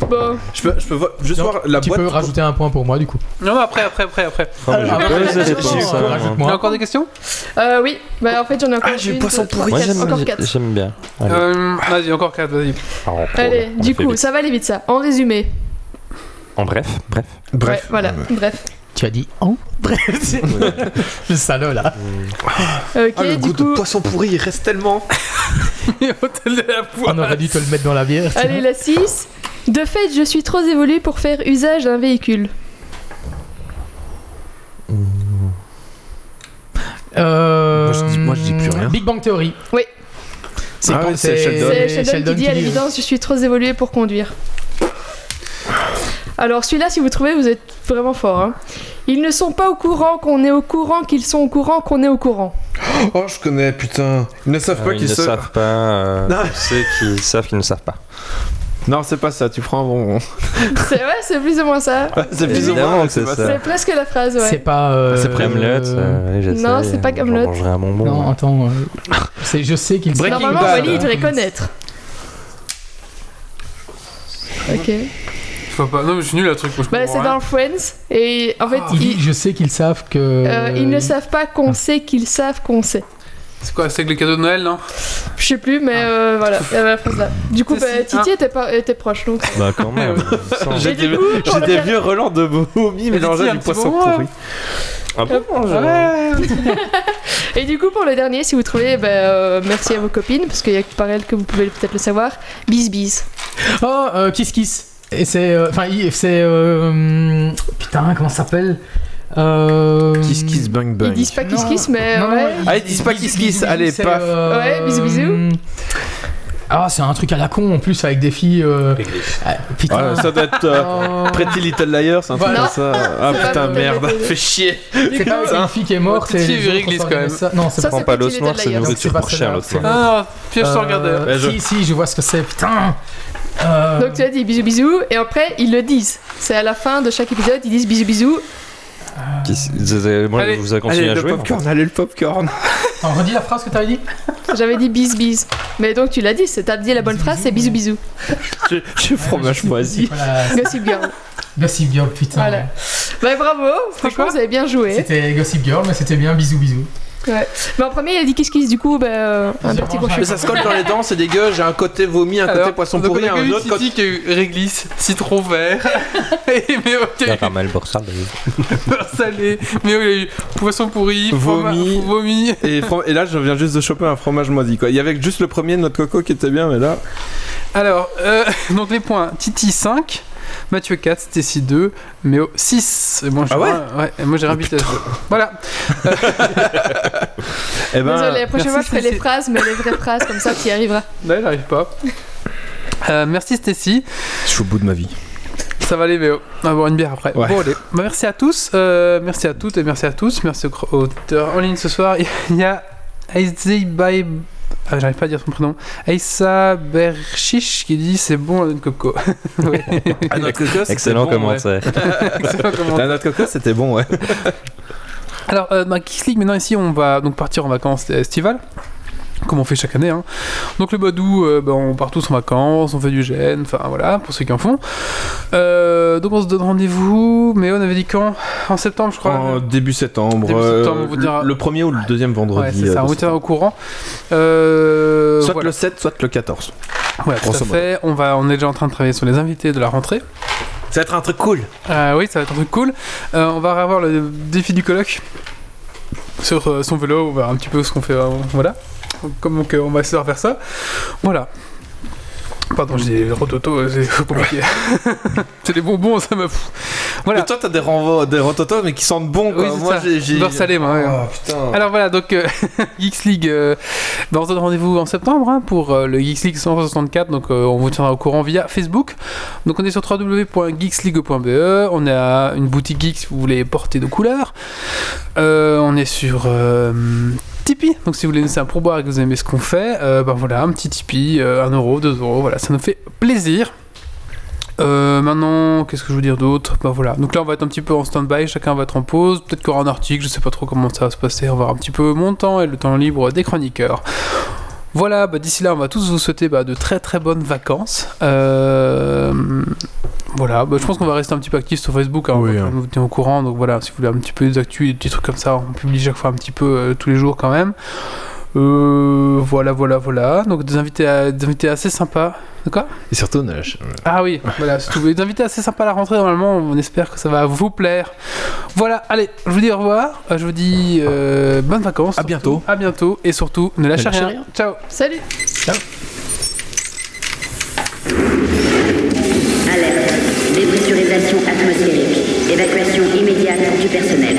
Bon,
Je peux, je peux voir, juste
Non,
voir la
Tu
boîte.
peux rajouter un point pour moi du coup.
Non, mais après, après, après, après.
Ah, mais j'ai
Ah,
pas
bah,
osé
j'ai-
répondre
j'ai-
ça, moi.
Il y a
rajoute-moi.
encore des questions
euh, oui, bah en fait j'en ai encore
Ah, j'ai eu
une,
poisson
deux, trois,
pourri.
Moi,
quatre, encore
j'aime-
4.
j'aime bien. Allez.
Euh, Vas-y, encore 4, vas-y.
Pardon,
Allez,
on a
du
fait
coup,
vite.
ça va aller vite ça. En résumé.
En bref, bref.
Ouais, voilà, bref.
Tu as dit en Bref, c'est le salaud là.
Ok,
Ah, le
du
goût
coup,
de poisson pourri, il reste tellement.
Hôtel de la
On
poire.
aurait dû te le mettre dans la bière. tu
allez la 6. De fait, je suis trop évolué pour faire usage d'un véhicule.
vois. Euh...
Moi, je dis- moi, je dis plus rien.
Big Bang Theory.
Oui.
C'est
Ah
quand
oui, c'est Sheldon.
C'est Sheldon, qui dit à l'évidence, je suis trop évolué pour conduire. Alors celui-là, si vous trouvez, vous êtes vraiment fort. hein. Ils ne sont pas au courant qu'on est au courant, qu'ils sont au courant, qu'on est au courant.
Oh, je connais, putain. Ils ne savent
Euh,
pas
ils
qu'ils
ne
se.
savent pas. euh,
Non.
je sais qu'ils savent qu'ils ne savent pas.
Non, c'est pas ça, tu prends un bonbon.
C'est ouais, c'est plus ou moins ça.
c'est plus ou
Évidemment
moins,
que c'est
pas
ça.
C'est presque la phrase,
C'est
ouais.
pas. euh,
Ah, C'est Premlot,
Camelot.
euh,
non, c'est pas Kaamelott.
Je mangerai un bonbon. hein.
Non, attends. euh, C'est je sais qu'il.
Breaking
Normalement,
Bad.
Wally il devrait connaître. Ok.
Je vois pas. Non, mais je suis nul à truc. moi, je
Bah,
comprends
c'est
rien.
dans Friends. Et en fait,
Il dit
ils,
je sais qu'ils savent que.
euh, ils ne savent pas qu'on sait qu'ils savent qu'on sait.
C'est quoi C'est avec les cadeaux de Noël, non
Bah,
Je sais plus, mais euh, voilà, il y avait la phrase là. Du coup,
Si,
bah,
si.
Titi était, pas, était proche, donc.
Bah, quand même.
Et
J'étais
du coup, on
j'étais
l'a-
vieux Roland de Bohomie mélangé
Vas-y,
à
un
du
petit
poisson
bonbon,
pourri.
Ah bon
Et du coup, pour le dernier, si vous trouvez, bah, euh, merci à vos copines, parce qu'il y a que par elles que vous pouvez peut-être le savoir. Bis bis.
Oh, euh, Kiss Kiss. Et c'est. euh, Enfin, il- c'est. euh, Putain, comment ça s'appelle Euh,
Kiss Kiss Bang
Ils
Bang.
disent pas kiss
Non.
kiss, mais
Non, non,
Euh, ouais.
ils-
Ah, ils disent pas kiss kiss, allez,
c'est,
paf.
euh,
Ouais, bisous, bisous.
Ah, c'est un truc à la con en plus avec des filles. euh, ah, putain.
Ouais, ça doit être euh,
Oh.
Pretty Little Liars, un truc
Voilà.
comme ça. Ah
C'est pas
putain,
Pretty
merde,
Little Liars.
fais chier.
C'est pas
ça.
une fille qui est morte.
Petite
c'est
fille
les autres
réglisse,
qui ont
quand même.
ça. Non, c'est
Ça,
pas.
Prends
c'est
pas
petit,
l'os
les
noir,
Dead
c'est une
Liars.
nourriture
C'est pas
pour chien,
celle-là,
l'autre
c'est-
fois.
Ah, piège sans regarder.
Euh, Si, si, je vois ce que c'est. Putain. Euh,
Donc tu as dit bisous bisous et après ils le disent. C'est à la fin de chaque épisode, ils disent bisous bisous.
Qui- c'est- Moi,
Allez,
je vous ai continué à jouer. en fait.
allez le popcorn.
Attends, redis la phrase que t'avais dit.
J'avais dit bis bis. Mais donc tu l'as dit, c'est- t'as dit la bonne phrase, c'est bisous bisous.
Je je fromage moisi.
Voilà.
Gossip Girl.
Gossip Girl, putain.
Voilà.
ouais.
Bah bravo, franchement
quoi
vous avez bien joué.
C'était Gossip Girl, mais c'était bien. Bisous, bisous.
Ouais. Mais en premier il a dit kiss kiss du coup, bah, euh, un
Ils
petit
ont
gros
mangé.
Mais ça se colle dans les dents, c'est dégueu. J'ai un côté vomi, un côté poisson
donc
pourri,
on a
un
eu
autre côté.
Titi qui a eu réglisse, citron vert, et Méo qui a eu
Caramel borsal. d'ailleurs.
beurre salé, Méo il a eu poisson pourri,
Vomi.
fromage- vomi.
Et, from- et là, je viens juste de choper un fromage moisi. Quoi. Il y avait juste le premier de notre coco qui était bien, mais là.
Alors, euh, donc les points, Titi 5, Mathieu 4, Stacy 2, Méo 6. Et moi, j'ai
Ah ouais
un- et moi j'ai réinvité à ce jeu. Voilà.
Eh ben,
Désolé, la
merci,
prochaine fois je ferai
c'est-
les phrases, mais les vraies phrases, comme ça tu y arriveras.
Là, il n'arrive pas. Euh, merci Stacy.
je suis au bout de ma vie.
Ça va aller, Véo. On va boire une bière après.
Ouais.
Bon, allez. Bah, merci à tous, euh, merci à toutes et merci à tous. Merci aux cro- aux auteurs en ligne ce soir. Il y a Aizei by. Ah, j'arrive pas à dire son prénom. Aïssa Berchiche qui dit c'est bon à notre coco. Ouais.
À Ah, notre coco, c'était
Excellent
bon, ouais.
commentaire.
Excellent commentaire.
À notre coco, c'était bon, ouais.
Alors, euh, dans Kicks League, maintenant ici, on va donc partir en vacances estivales. Comme on fait chaque année. hein. Donc le mois d'août, euh, ben, on part tous en vacances, on fait du gène, enfin voilà, pour ceux qui en font. Euh, donc on se donne rendez-vous, mais on avait dit quand En septembre, je crois.
En début septembre.
Début
euh,
septembre, on vous dira-
Le premier ou le deuxième
ouais,
vendredi.
c'est
euh,
ça,
de
on vous
septembre.
tiendra au courant. Euh,
Soit
voilà.
le 7, soit le 14.
Voilà, tout à
grosso modo.
fait. On, va, on est déjà en train de travailler sur les invités de la rentrée.
Ça va être un truc cool.
Euh, oui, ça va être un truc cool. Euh, on va avoir le défi du coloc sur euh, son vélo. On va un petit peu ce qu'on fait. euh, voilà. Comment que- on va essayer de faire ça. Voilà. Pardon, j'ai des rototo, euh, c'est compliqué. c'est les bonbons, ça m'a fou. Voilà.
Mais toi, t'as des, renvo- des rototos, mais qui sentent bon, quoi.
Oui, c'est
Moi,
ça.
j'ai- j'ai.
Beurre salé, moi, ouais.
Oh, putain.
Alors voilà, donc euh, Geeks League, euh, bah, on se donne rendez-vous en septembre hein, pour euh, le Geeks League 164, donc euh, on vous tiendra au courant via Facebook. Donc on est sur www.geeksleague.be, on a une boutique Geeks si vous voulez porter de couleurs, Euh, on est sur euh, Tipeee, donc si vous voulez nous laisser un pourboire et que vous aimez ce qu'on fait, euh, ben voilà, un petit Tipeee, euh, 1 euro, 2 euros, voilà, ça nous fait plaisir. Euh, maintenant, qu'est-ce que je veux dire d'autre Bah voilà. Donc là, on va être un petit peu en stand-by, chacun va être en pause. Peut-être qu'il y aura un article, je sais pas trop comment ça va se passer. On va voir un petit peu mon temps et le temps libre des chroniqueurs. Voilà, bah, d'ici là, on va tous vous souhaiter bah, de très très bonnes vacances. Euh, Voilà, bah, je pense qu'on va rester un petit peu actif sur Facebook. hein.
Oui,
on va
hein.
vous tenir au courant. Donc voilà, si vous voulez un petit peu des actus, des petits trucs comme ça, on publie chaque fois un petit peu euh, tous les jours quand même. Euh, voilà, voilà, voilà. Donc des invités, à- des invités assez sympas. De quoi
Et surtout, ne lâche-
ah oui, voilà, c'est tout. Des invités assez sympas à la rentrée, normalement, on espère que ça va vous plaire. Voilà, allez, je vous dis au revoir, euh, je vous dis euh, bonnes vacances.
À
surtout.
bientôt.
À bientôt, et surtout, ne lâchez, rien. Ciao
Salut
Alerte. Dépressurisation atmosphérique. Évacuation immédiate du personnel.